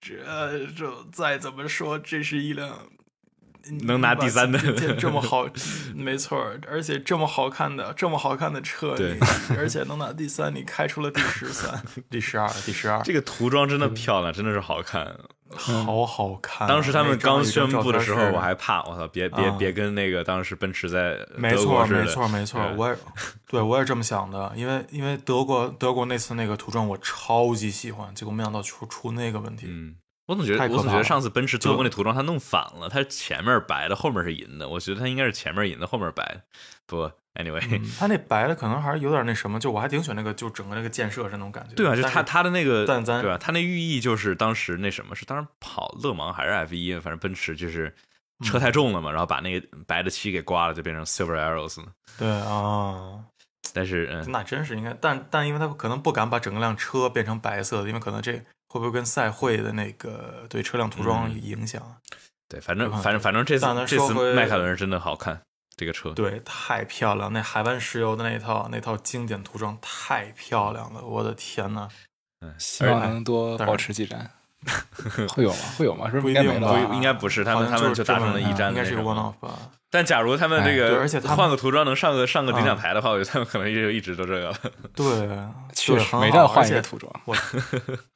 S3: 这这再怎么说，这是一辆
S1: 能拿第三的
S3: 这这这
S1: <laughs>
S3: 么好，没错儿，而且这么好看的这么好看的车，
S1: 对
S3: 你而且能拿第三，你开出了第十
S1: <laughs>
S3: 三、第十二、第十二，
S1: 这个涂装
S3: 嗯
S1: 真的漂亮，真的是好看。
S3: 好好看啊。
S1: 当时他们
S3: 啊那张有
S1: 刚
S3: 一张
S1: 宣布的
S3: 照片
S1: 时候，
S3: 是
S1: 我还怕，我操，别别
S3: 啊
S1: 别跟那个当时奔驰在
S3: 没
S1: 德
S3: 错，
S1: 国似
S3: 没
S1: 的，
S3: 错，没错，
S1: 对
S3: 我也对我也这么想的，因为因为德国德国那次那个涂装我超级喜欢，结果没想到出出那个问题。
S1: 嗯，我总觉得
S3: 太可
S1: 我总
S3: 怕
S1: 觉得
S3: 了
S1: 上次奔驰
S3: 就
S1: 德国那涂装它弄反了，它前面白的，后面是银的，我觉得它应该是前面银的，后面白的。不，anyway，、
S3: 嗯它那白的可能还是有点那什么，就我还挺喜欢那个，就整个那个建设是那种感觉。
S1: 对啊，就
S3: 但
S1: 它它的那个，
S3: 但咱
S1: 对啊吧？它那寓意就是当时那什么是当时跑勒芒还是 F 一，反正奔驰就是车
S3: 嗯
S1: 太重了嘛，然后把那个白的漆给刮了，就变成 Silver Arrows 了。
S3: 对啊，
S1: 但是嗯，
S3: 那真是应该，但但因为他可能不敢把整个辆车变成白色的，因为可能这会不会跟赛会的那个对车辆涂装
S1: 嗯
S3: 影响？
S1: 对，反正
S3: 嗯
S1: 反正反正这次
S3: 但咱
S1: 这
S3: 说
S1: 次
S3: 回
S1: 迈凯伦是真的好看，这个车。
S3: 对，太漂亮！那海湾石油的那一套那套经典涂装太漂亮了，我的天呐！
S1: 嗯
S2: 希
S1: 而
S2: 望能多
S3: 当然
S2: 保持几站。会有吗？会有吗？是
S3: 不
S2: 是
S3: 一
S2: 应该
S3: 定
S2: 没了
S3: 吧？
S2: 吧？
S1: 不应该不是他们
S3: 好像
S1: 他们就
S3: 就
S1: 是搭成
S3: 这么
S1: 了一站
S3: 应
S1: 的
S3: 该是
S1: 那
S3: 个
S1: 什
S3: one
S1: 么 <laughs>
S3: off 吧？
S1: 但假如他们这
S3: 哎对
S1: 个
S3: 而且他们
S1: 换个涂装能上个上个顶
S3: 嗯
S1: 奖牌的话，我觉得他们可能就一直都这个了。
S3: 对，
S2: 确
S3: 对
S2: 实
S3: 很
S2: 每
S3: 好
S2: 站
S3: 而
S2: 换一
S3: 且
S2: 个涂装。
S1: <laughs>
S3: 我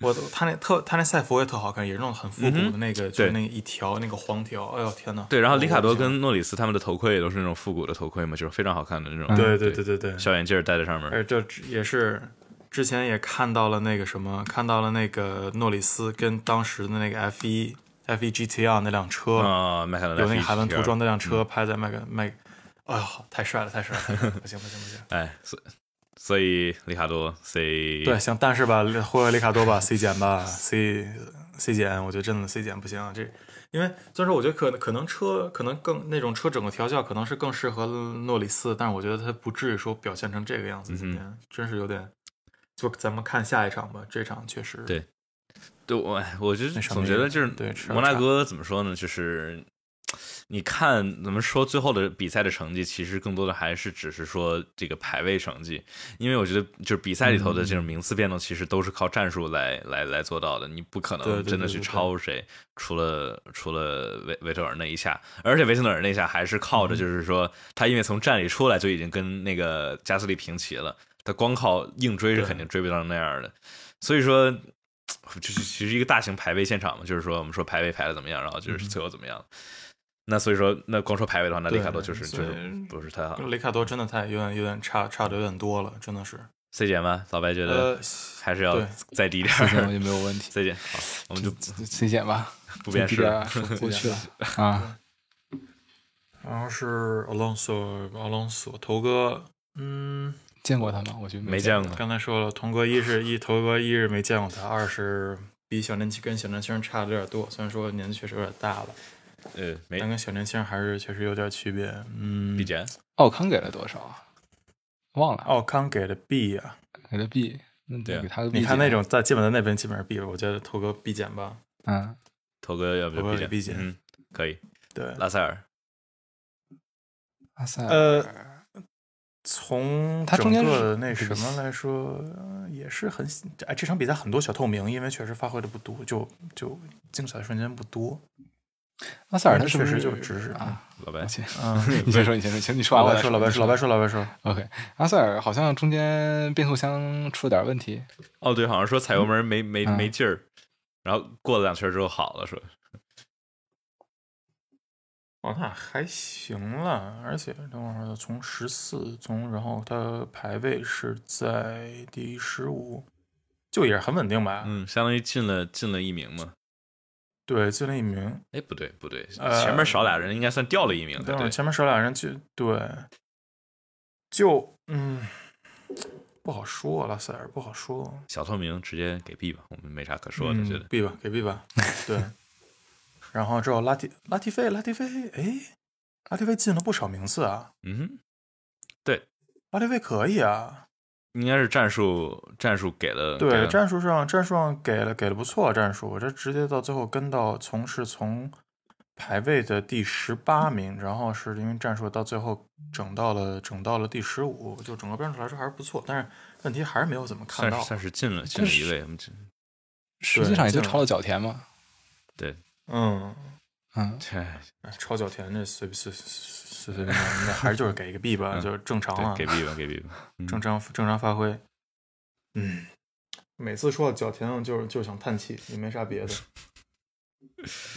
S3: 我他那特他那赛服也特好看，也是那种很复古
S1: 嗯
S3: 的
S1: 哼
S3: 那个，就是
S1: 对
S3: 那一条那个黄条。哎呦天呐！
S1: 对，然 <laughs> 后
S3: 我
S1: 里卡多
S3: 我的天
S1: 跟诺里斯他们的头盔也都是那种复古的头盔嘛，就是非常好看的那种。
S2: 嗯
S3: 对对对对对，
S1: 小眼镜儿戴在上面。
S3: 而这只也是之前也看到了那个什么，看到了那个诺里斯跟当时的那个 F 一 F 一 GTR 那辆车，
S1: 啊，迈凯伦
S3: 有那个
S1: F1
S3: 海湾涂
S1: GTR
S3: 装那辆
S1: 嗯
S3: 车拍在麦克麦，哎呦，太帅了，太帅了，太帅了不行不行不行。
S1: 哎，所所以里卡多 C
S3: 对，行，但是吧，霍格里卡多吧 C 减吧 C C 减，我觉得真的 C 减不行啊，这因为虽然说我觉得可能可能车可能更那种车整个调教可能是更适合诺里斯，但是我觉得他不至于说表现成这个样子，今
S1: 嗯哼
S3: 天、真是有点。就咱们看下一场吧，这场确实
S1: 对对我 <laughs> 哎我就
S3: 那什么
S1: 总觉得
S3: 意思
S1: 就是
S3: 对吃
S1: 摩纳
S3: 茶
S1: 哥怎么说呢，就是。你看，怎么说最后的比赛的成绩，其实更多的还是只是说这个排位成绩，因为我觉得就是比赛里头的这
S3: 嗯
S1: 种名次变动，其实都是靠战术来来来做到的，你不可
S3: 对对
S1: 能
S3: 对
S1: 真的
S3: 对
S1: 去
S3: 对
S1: 超谁，除了除了维维特尔那一下，而且维特尔那一下还是靠
S3: 嗯
S1: 着就是说他因为从站里出来就已经跟那个加斯利平齐了，他光靠硬追是
S3: 对
S1: 肯定追不到那样的，所以说。就是其实一个大型排位现场嘛，就是说我们说排位排的怎么样，然后就是最后怎么样。那所以说，那光说排位的话，那里卡多就是
S3: 嗯对
S1: 就
S3: 所以呃
S1: 是不是太好。
S3: 雷卡多真的太有点有点差差的有点多了，真的是。
S1: C 姐吗？老白觉得
S3: 呃，
S1: 还是要
S3: 对
S1: 再低点
S2: 四减我
S1: 儿。
S2: 就没有问题，
S1: C 姐，好， <laughs> 我们就
S2: 随减吧，
S1: 不辨识了。
S2: 说过去了啊。
S3: 然后是 Alonso Alonso 头哥，嗯，
S2: 见过他吗？我觉得
S1: 没
S2: 见
S1: 见过
S3: 刚才说了，童哥一是一头哥一是没见过他，二是比小年轻跟小年轻差的有点多，虽然说年纪确实有点大了，
S1: 呃，没
S3: 但跟小年轻还是确实有点区别。嗯
S1: B 姐，
S2: 过。奥康给了多少啊？忘了，
S3: 奥康给的 B 啊，
S2: 给了 B，那
S1: 对啊
S2: 给他个 B。
S3: 你看那，种在基本在那边基本上 B，我觉得头哥 B 减吧。
S2: 嗯，
S1: 头哥要不
S3: 头哥
S1: 就
S3: 给
S1: B
S3: B
S1: 姐
S3: 姐？嗯
S1: 嗯，可以。
S3: 对，
S1: 拉塞尔，
S2: 阿塞尔，
S3: 呃从
S2: 他中
S3: 整
S2: 间
S3: 个那
S2: 是
S3: 什么来说，呃也是很哎，这场比赛很多小透明，因为确实发挥的不多，就就精彩的瞬间不多。
S2: 阿塞尔他
S3: 确
S2: 是不
S3: 实
S2: 是
S3: 就只是
S2: 啊？
S1: 老白，
S3: <laughs>
S2: 行，
S3: 嗯，
S2: <laughs> 你先说，你先说，行，你说
S3: 老
S2: 完我
S3: 白说，
S2: 再说，
S3: 老白
S2: 你
S3: 说，老白。说，老白说，
S2: OK，阿塞尔好像中间变速箱出了点问题，
S1: 哦对，好像说踩油门没没
S2: 嗯
S1: 没劲儿，然后过了两圈之后好了，说
S3: 哦，那还行了，而且等会儿从十四，从然后他排位是在第十五，就也是很稳定吧？
S1: 嗯，相当于进了进了一名嘛。
S3: 对，最后一名，
S1: 哎，不对不对，
S3: 呃
S1: 前面少俩人应该算掉了一名才
S3: 等会
S1: 对
S3: 儿。前面少俩人就对，就嗯，不好说，拉塞尔不好说。
S1: 小透明直接给 B 吧，我们没啥可说
S3: 嗯
S1: 的，觉得。
S3: B 吧，给 B 吧，对。然后之后拉提拉提菲拉提菲，哎，拉提菲进了不少名次啊，
S1: 嗯哼，
S3: 拉提菲可以啊，
S1: 应该是战术战术给了给
S3: 对，
S1: 了
S3: 战术上战术上给了给了不错战术，这直接到最后跟到从是从排位的第十八名，然后是因为战术到最后整到了整到了第十五，就整个战术来说还是不错，但是问题还是没有怎么看
S1: 算
S3: 到
S1: 是。算是进了进了一
S2: 是
S1: 位，我们这
S2: 实际上也就
S3: 进了
S2: 超了角田嘛。
S3: 嗯，
S2: 嗯，
S1: 这
S3: 哎超角田这随随随
S1: <laughs>
S3: 随便便，那还是就是给一个 B 吧，
S1: 嗯
S3: 就是正常啊
S1: 对，给 B 吧给 B
S3: <laughs>
S1: 吧，嗯
S3: 正常正常发挥。嗯，每次说到角田，就是就是想叹气，也没啥别的。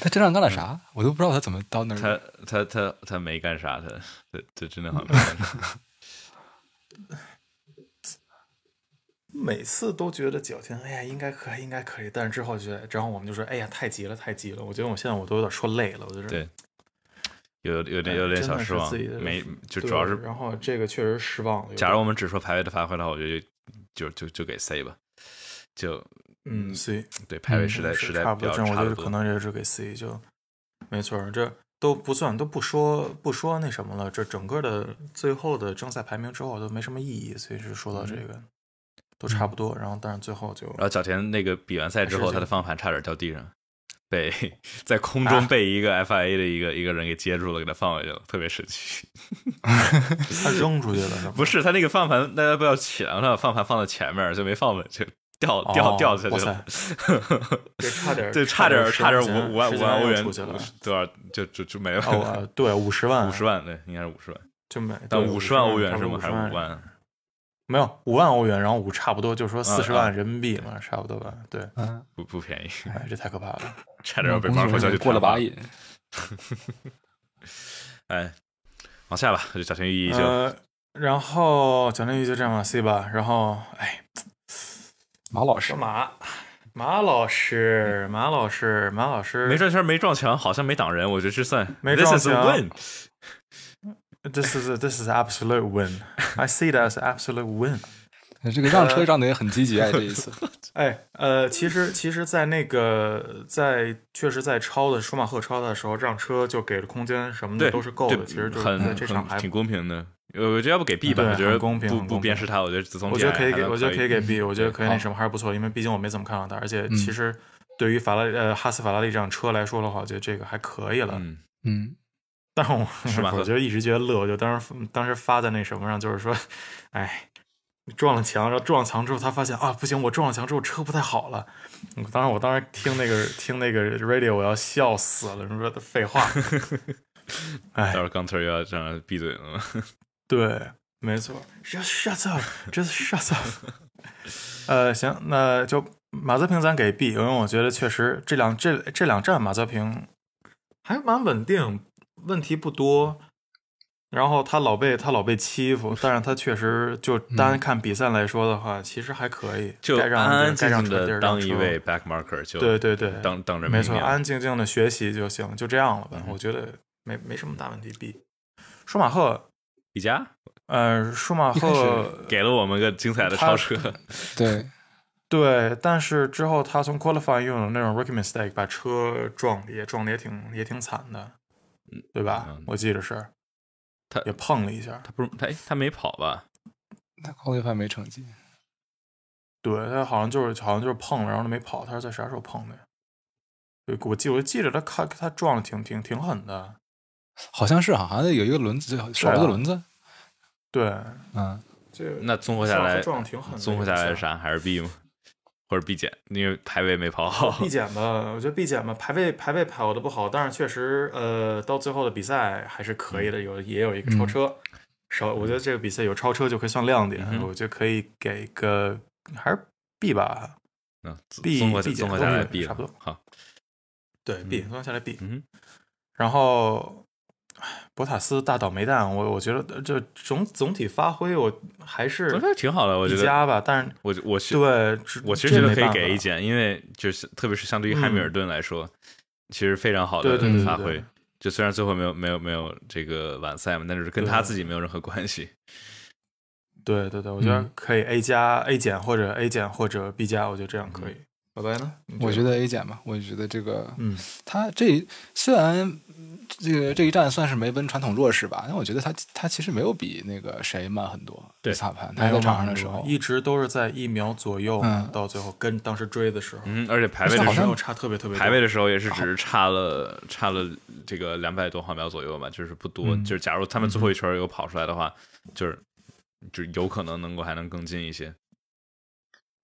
S2: 他这仗
S3: 嗯
S2: 干了啥？我都不知道他怎么到那儿的。
S1: 他他他他没干啥，他他他真的好像没干啥。
S3: 每次都觉得脚天，哎呀，应该可以，应该可以，但是之后觉得，然后我们就说，哎呀，太急了，太急了。我觉得我现在我都有点说累了，我就是
S1: 对有有点
S3: 哎
S1: 有点
S3: 真的
S1: 小
S3: 是
S1: 失望
S3: 自己的，
S1: 没就
S3: 对
S1: 主要是，
S3: 然后这个确实失望了。
S1: 假如我们只说排位的发挥的话，我觉得就就就就给 C 吧，就
S3: 嗯，C
S1: 对排位
S2: 嗯
S1: 实在实在
S3: 差
S1: 比
S3: 不
S1: 较
S3: 多，这样我
S1: 差得
S3: 觉得
S1: 多
S3: 可能也是给 C 就没错儿，这都不算，都不说不说那什么了，这整个的最后的正赛排名之后都没什么意义，所以是说到这个、都差不多，然后但是最后就啊 <laughs>
S1: 然后小田那个比完赛之
S3: 哎是
S1: 后，
S3: 啊这
S1: 他的
S3: 样
S1: 方向盘差点掉地上， <laughs> 被在空中被一个 FIA 的一个、一个人给接住了，给他放回去了，特别神奇。 <laughs>
S3: 他扔出去了是吗？
S1: 不是他那个放盘，大家不要起来，他把放盘放在前面就没放稳，就掉掉
S3: 哦
S1: 掉下去
S3: 哇
S1: 了 <laughs>
S3: 塞。对，差点，
S1: 对，差点
S3: 10
S1: 差点
S3: 块钱
S1: 五五万
S3: 10
S1: 五万欧
S3: 又
S1: 元
S3: 出去了。
S1: 多少就就就没
S3: <laughs> 哦，
S1: 了，
S3: 我对，五十万，
S1: <laughs> 五十万对，应该是五十万，
S3: 就没，
S1: 但
S3: 对
S1: 五十万欧元是
S3: 差
S1: 吗？
S3: 不多
S1: 还是
S3: 50
S1: 五？万？啊
S3: 没有，五万欧元，然后五差不多，就说四十
S1: 啊
S3: 万人民币嘛，差不多吧。对，
S2: 嗯，
S1: 不不便宜，
S3: 哎，这太可怕了。
S1: 差
S3: 嗯
S1: 点要被
S2: 公
S1: 马
S2: 主
S1: 尔科小姐
S2: 过了
S1: 把
S2: 把瘾，
S1: 哎，往下吧，这小田玉一就、
S3: 呃，然后奖励就这样 C 吧，然后哎，
S2: 马老师，
S3: 马马老师，马老师，马老师，
S1: 没转圈，没撞墙，好像没挡人，我觉得这算
S3: 没
S1: This is a
S3: 撞墙
S1: win，
S3: This is a, this is absolute
S1: <laughs>
S3: win. I see that as absolute win. 嗯
S2: 这个让
S3: 呃
S2: 车让的也很积极哎，这一
S3: <laughs>
S2: 次
S3: 哎，呃，其实其实，在那个在确实在超的舒马赫超的时候，让车就给的空间什么
S1: 对，
S3: 的嗯都是够
S1: 对
S3: 的。其实就是
S1: 很
S3: 在这场
S1: 很
S3: 还
S1: 挺公平的。呃，我觉得要不给 B 吧，
S3: 对
S1: 我觉得
S3: 很公平
S1: 不
S3: 很
S1: 不
S3: 公平
S1: 鞭尸他，我觉得自从
S3: 我觉得可以
S1: DRS
S3: 给，我觉得可以给 B，我觉得可以
S2: 好
S3: 那什么还是不错的，因为毕竟我没怎么看到它，而且其
S2: 嗯
S3: 实对于法拉呃哈斯法拉利这辆车来说的话，我觉得这个还可以了。
S1: 嗯，
S2: 嗯，
S3: 但我
S1: 是吧
S3: <laughs> 我觉得一直觉得乐，我就当时当时发在那什么上，就是说，哎，撞了墙，然后撞了墙之后，他发现啊不行，我撞了墙之后车不太好了。我当时我当时听那个听那个 radio，我要笑死了，你说的废话。 <laughs>
S1: 待
S3: 哎
S1: 会，儿钢腿儿又要让人闭嘴了嘛。
S3: 对，没错，just <laughs> shut up，just shut up。呃，行，那就马泽平咱给 B，因为我觉得确实这两这这两站马泽平还蛮稳定，问题不多。然后他老被他老被欺负，但是他确实就单看比赛来说的话，其实还可以，
S1: 嗯就
S3: 该
S1: 安
S3: 让
S1: 安
S3: 该
S1: 静
S3: 让
S1: 静
S3: 车地
S1: 的
S3: 儿
S1: 当
S3: 让
S1: 一
S3: 车
S1: 位 back marker 就
S3: 对对对，
S1: 等等着
S3: 没
S1: 明
S3: 错，
S1: 年
S3: 安安静静的学习就行，就这样了吧，
S1: 嗯
S3: 我觉得没没什么大问题。B，舒马赫，
S1: 比加
S3: 呃，舒马
S2: 一开始
S3: 赫
S1: 给了我们个精彩的超车，
S2: 对，
S3: 对，但是之后他从 qualify 用了那种 rookie mistake 把车撞裂，撞的也挺也挺惨的，对吧？
S1: 嗯
S3: 我记得是，
S1: 他
S3: 也碰了一下，
S1: 他不是他哎他没跑吧？
S2: 他 qualify 没成绩，
S3: 对他好像就是好像就是碰了，然后他没跑，他是在啥时候碰的呀？对，我记我记得他看他撞的挺挺挺狠的，
S2: 好像是哈，啊好像有一个轮子少
S3: 啊
S2: 了个轮子，
S3: 对，
S2: 嗯，
S3: 这个
S1: 那综合下来，
S3: 啊他撞的挺狠的，
S1: 综合下来是？啥？还是 B 吗？或者 B 减？因为排位没跑好
S3: <laughs> 必。减吧，我觉得必减吧，排位排位跑的不好，但是确实，呃，到最后的比赛还是可以的，
S1: 嗯
S3: 有也有一个超车，少，我觉得这个比赛有超车就可以算亮点，
S1: 嗯哼
S3: 我觉得可以给个还是 B 吧，
S1: <laughs> 嗯，综
S3: B-
S1: 综合
S3: B 减
S1: 综合下来
S3: 都是
S1: B
S3: 差不
S1: 了
S3: 多。
S1: 好，
S3: 对 B，综合下来 B，
S1: 嗯
S3: 然后唉博塔斯大倒霉蛋，我我觉得这总总体发挥我还
S1: 哼，
S3: 是
S1: 总体挺好的，我觉
S3: 一
S1: 得。
S3: 家吧，但是
S1: 我我是
S3: 对，
S1: 我其实觉
S3: 这
S1: 得
S3: 没
S1: 可以
S3: 办
S1: 给
S3: 法嗯
S1: 一减，因为就是特别是相对于汉密尔顿来说，其实非常好的
S3: 对对对对
S1: 发
S3: 对
S1: 挥。就虽然最后没有没有没有这个完赛嘛，但是跟
S3: 对
S1: 他自己没有任何关系。
S3: 对对对，我觉得
S2: 嗯
S3: 可以 A 加、A 减或者 A 减或者 B 加，我觉得这样可以。
S1: 嗯
S3: 拜拜呢？你
S2: 我觉
S3: 得，
S2: 得 A 减吧，我觉得这个
S3: 嗯，
S2: 他这虽然这个这一站算是梅奔传统弱势吧，但我觉得他他其实没有比那个谁慢很多。
S1: 对
S2: 斯塔潘
S3: 没
S2: 他
S3: 有
S2: 在场
S3: 慢
S2: 上的
S3: 很
S2: 时
S3: 多
S2: 候，
S3: 一直都是在一秒左右嘛，
S2: 嗯
S3: 到最后跟当时追的时候，
S1: 嗯，而且排位
S2: 而且
S1: 的时
S2: 好
S3: 没
S2: 像
S1: 候，
S3: 有差特别特别多
S1: 排位的时候也是只是差了差了这个两百多毫秒左右吧，就是不多。
S3: 嗯
S1: 就是假如他们最后一圈有跑出来的话，就是就有可能能够还能更进一些。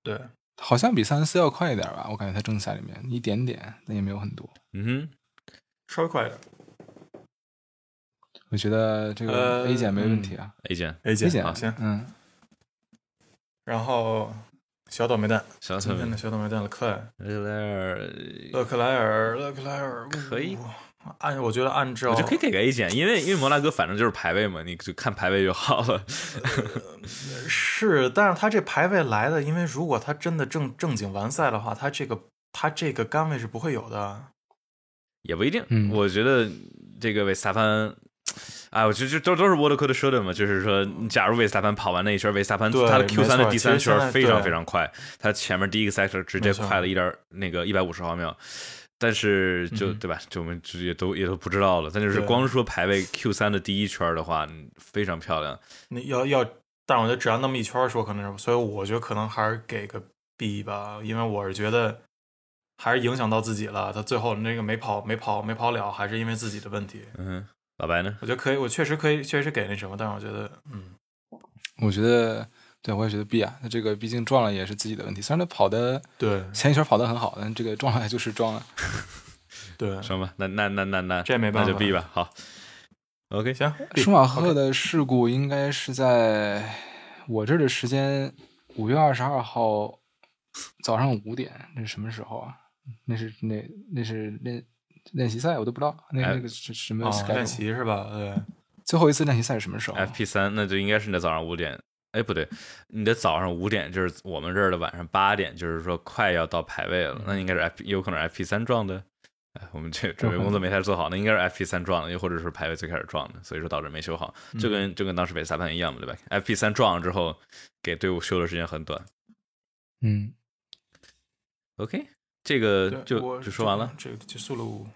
S3: 对，
S2: 好像比三四要快一点吧，我感觉他正赛里面一点点，但也没有很多。
S1: 嗯哼，
S3: 稍微快一点。
S2: 我觉得这个
S3: 呃
S2: A 减没问题啊、
S1: A 减
S3: A
S2: a
S3: 减
S2: 减
S3: 行，
S2: 嗯，
S3: 然后小倒霉蛋，
S1: 小
S3: 今
S1: 草
S3: 天
S1: 莓
S3: 的小倒霉蛋勒克莱尔，
S1: 勒克莱尔，
S3: 勒克莱尔，勒克莱尔
S1: 可以。
S3: 呜按我觉得按照
S1: 我觉得可以给个 A 减，因为因为摩纳哥反正就是排位嘛，你就看排位就好了。
S3: 是，但是他这排位来的，因为如果他真的正正经完赛的话，他这个他这个杆位是不会有的。
S1: 也不一定。
S2: 嗯
S1: 我觉得这个维斯塔潘，哎，我觉得这都都是沃德科的说的嘛，就是说，假如维斯塔潘跑完那一圈，维斯塔潘
S3: 对
S1: 他的 Q
S3: 没
S1: 三
S3: 错
S1: 的第三
S3: 其实现
S1: 圈
S3: 在
S1: 非常
S3: 对
S1: 非常快，他前面第一个 sector 直接
S3: 没错
S1: 快了一点那个一百五十毫秒。但是就
S3: 嗯哼
S1: 对吧？就我们就也都也都不知道了。但就是
S3: 对
S1: 光说排位 Q 三的第一圈的话，嗯非常漂亮。
S3: 你要要，但是我觉得只要那么一圈儿说，可能是，所以我觉得可能还是给个 B 吧，因为我是觉得还是影响到自己了。他最后那个没跑没跑没跑了，还是因为自己的问题。
S1: 嗯哼，老白呢？
S3: 我觉得可以，我确实可以，确实给那什么，但是我觉得，嗯，
S2: 我觉得，对我也觉得 B 啊，他这个毕竟撞了也是自己的问题。虽然他跑的
S3: 对
S2: 前一圈跑的很好，但这个撞了就是撞了。
S3: 对，
S1: 行吧，那那那那那
S3: 这没办法
S1: 那就 B 吧。好，OK，
S3: 行，
S2: 舒马赫的事故应该是在我这儿的时间，五月二十二号早上五点，那是什么时候啊？那是那那是练练习赛，我都不知道那
S1: 哎
S2: 那个是什么
S3: 哦
S2: schedule、
S3: 练习是吧？对，
S1: 呃
S2: 最后一次练习赛是什么
S3: 哦
S2: 时候？啊
S1: FP 三，那就应该是你的早上五点。哎，不对，你的早上五点就是我们这儿的晚上八点，就是说快要到排位
S3: 嗯
S1: 了。那应该是 FP，有可能是 FP 三撞的。哎，我们这准备工作没太做好，那应该是 FP 三撞的，又或者是排位最开始撞的，所以说导致没修好。
S3: 嗯
S1: 就跟就跟当时北裁判一样嘛，对吧？FP 三撞了之后，给队伍修的时间很短。
S2: 嗯，
S1: OK，这个
S3: 对
S1: 就
S3: 我
S1: 就说完了。
S3: 这个结束了我。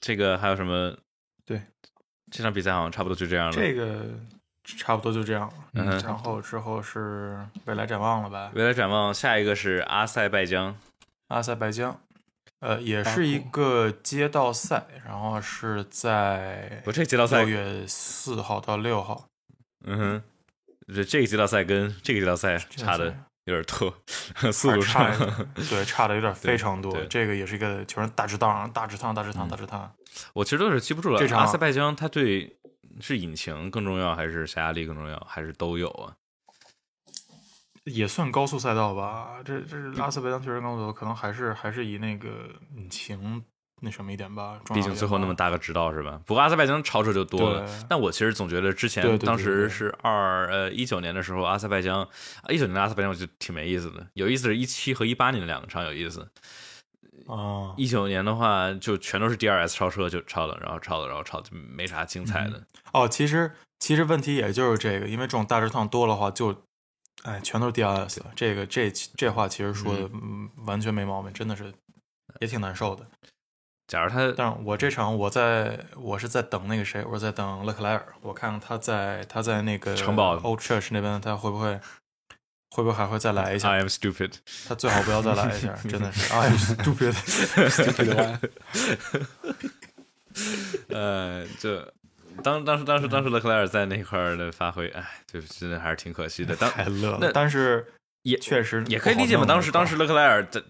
S1: 这个还有什么？
S3: 对，
S1: 这场比赛好像差不多就这样了。
S3: 这个差不多就这样了。
S1: 嗯哼
S3: 然后之后是未来展望了吧？
S1: 未来展望，下一个是阿塞拜疆。
S3: 阿塞拜疆，呃，也是一个街道赛，然后是在
S1: 我这个街道赛
S3: 哎六，月四号到六号
S1: 嗯哼，这这个街道赛跟这个街道赛差的有点多， <laughs> 速
S3: 还
S1: 度
S3: 是差一
S1: 上。
S3: 点对，差的有点非常多
S1: 对。对嗯
S3: 这个也是一个球员大直档，大直趟，大直趟，大直趟。
S1: 我其实都是记不住了
S3: 这。场
S1: 阿塞拜疆它对是引擎更重要，还是下压力更重要，还是都有啊？
S3: 也算高速赛道吧，这这阿塞拜疆确实高速，可能还是还是以那个引擎那什么一点吧。重要
S1: 毕
S3: 一点
S1: 竟最后那么
S3: 吧
S1: 大个直道是吧？不过阿塞拜疆超车就多了
S3: 啊对。
S1: 但我其实总觉得之前
S3: 对对对
S1: 当
S3: 对
S1: 时
S3: 对
S1: 是二呃一九年的时候，阿塞拜疆一九年的阿塞拜疆我觉得挺没意思的。有意思的是一七和一八年的两个场有意思。
S3: 啊，
S1: 一九年的话就全都是 DRS 超车就超了，然后超了，然后超了就没啥精彩的。
S3: 哦，其实其实问题也就是这个，因为这种大直趟多的话就，哎，全都是 DRS 了。这个这这话其实说的、嗯完全没毛病，真的是也挺难受的。
S1: 假如他
S3: 但是我这场我在我是在等那个谁，我是在等勒克莱尔，我看看他在他在那个
S1: 城堡
S3: Old Church 那边他会不会。会不会还会再来一下？
S1: I am
S3: <laughs>
S1: stupid，
S3: 他最好不要再来
S1: <laughs>
S3: 一下，真的是哎呀，stupid！
S2: 对的吧
S1: 呃，就当当时当时当时勒克莱尔在那块儿的发挥，哎，就真的还是挺可惜的。当
S3: 太乐
S1: 那
S3: 了，但是
S1: 也
S3: 确实
S1: 也可以
S3: 不好
S1: 理解嘛，
S3: 弄
S1: 当
S3: 那
S1: 时
S3: 块儿
S1: 当时勒克莱尔在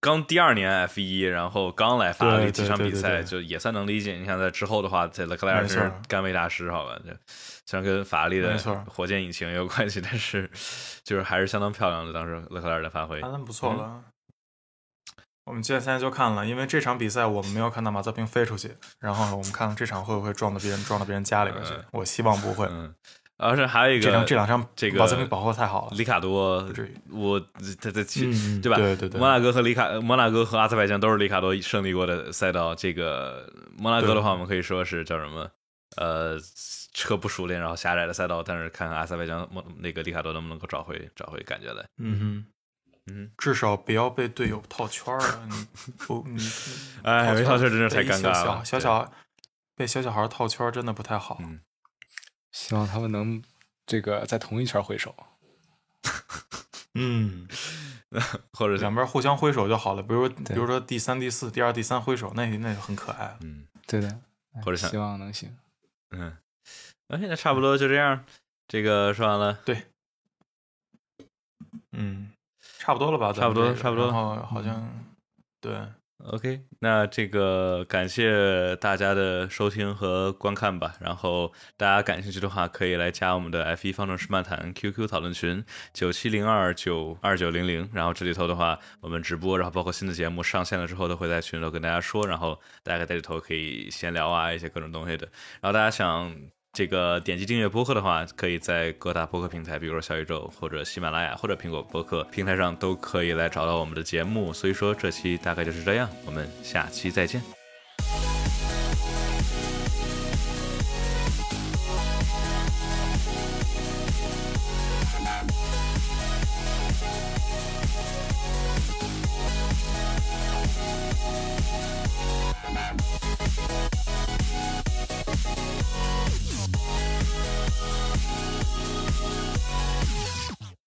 S1: 刚第二年 F 一，然后刚来法拉利
S3: 对对
S1: 几场
S3: 对
S1: 比
S3: 对
S1: 赛，
S3: 对
S1: 就也算能理解。你看在之后的话，在勒克莱尔
S3: 没
S1: 真
S3: 错
S1: 是干位大师，好吧？就虽然跟法拉利的
S3: 没错
S1: 火箭引擎也有关系，但是就是还是相当漂亮的当时勒克莱尔的发挥。
S3: 还算
S1: 嗯
S3: 不错了。我们现在现在就看了，因为这场比赛我们没有看到马泽平飞出去，然后我们看看这场会不会撞到别人撞到别人家里边去
S1: 嗯。
S3: 我希望不会。
S1: 嗯，而且还有一个
S3: 这场这两场
S1: 这个
S3: 马泽平保护得太好了。
S1: 里卡多
S3: 不至于，
S1: 我他他其
S3: 嗯
S1: 对吧？
S3: 对对对
S1: 摩纳哥和里卡，呃摩纳哥和阿塞拜疆都是里卡多胜利过的赛道。这个摩纳哥的话，
S3: 对
S1: 我们可以说是叫什么？呃，车不熟练，然后狭窄的赛道，但是看看阿塞拜疆、摩那个里卡多能不能够找回找回感觉来。
S3: 嗯哼，
S1: 嗯，
S3: 至少不要被队友套圈儿啊！
S1: <laughs>
S3: 你不，你
S1: 哎，没套圈真是太
S3: 被一
S1: 尴尬
S3: 小
S1: 了
S3: 小。小小被小小孩套圈儿真的不太好。
S1: 嗯
S2: 希望他们能这个在同一圈回首。
S3: 嗯，
S1: 对或者是
S3: 两边互相挥手就好了，比如比如说第三、第四、第二、第三挥手，那那就很可爱。
S1: 嗯
S2: 对的，哎
S1: 或者像
S2: 希望能行。
S1: 嗯，哎，那差不多就这样。这个说完了，
S3: 嗯，差不多了吧？咱们
S1: 差不多
S3: 这个
S1: 差不多了嗯
S3: 然后好像对，
S1: OK，那这个感谢大家的收听和观看吧。然后大家感兴趣的话，可以来加我们的 F 一方程式漫谈 QQ 讨论群九七零二九二九零零。然后这里头的话，我们直播，然后包括新的节目上线了之后，都会在群里头跟大家说。然后大家可以在里头可以闲聊啊，一些各种东西的。然后大家想这个点击订阅播客的话，可以在各大播客平台，比如说小宇宙或者喜马拉雅或者苹果播客平台上都可以来找到我们的节目。所以说这期大概就是这样，我们下期再见，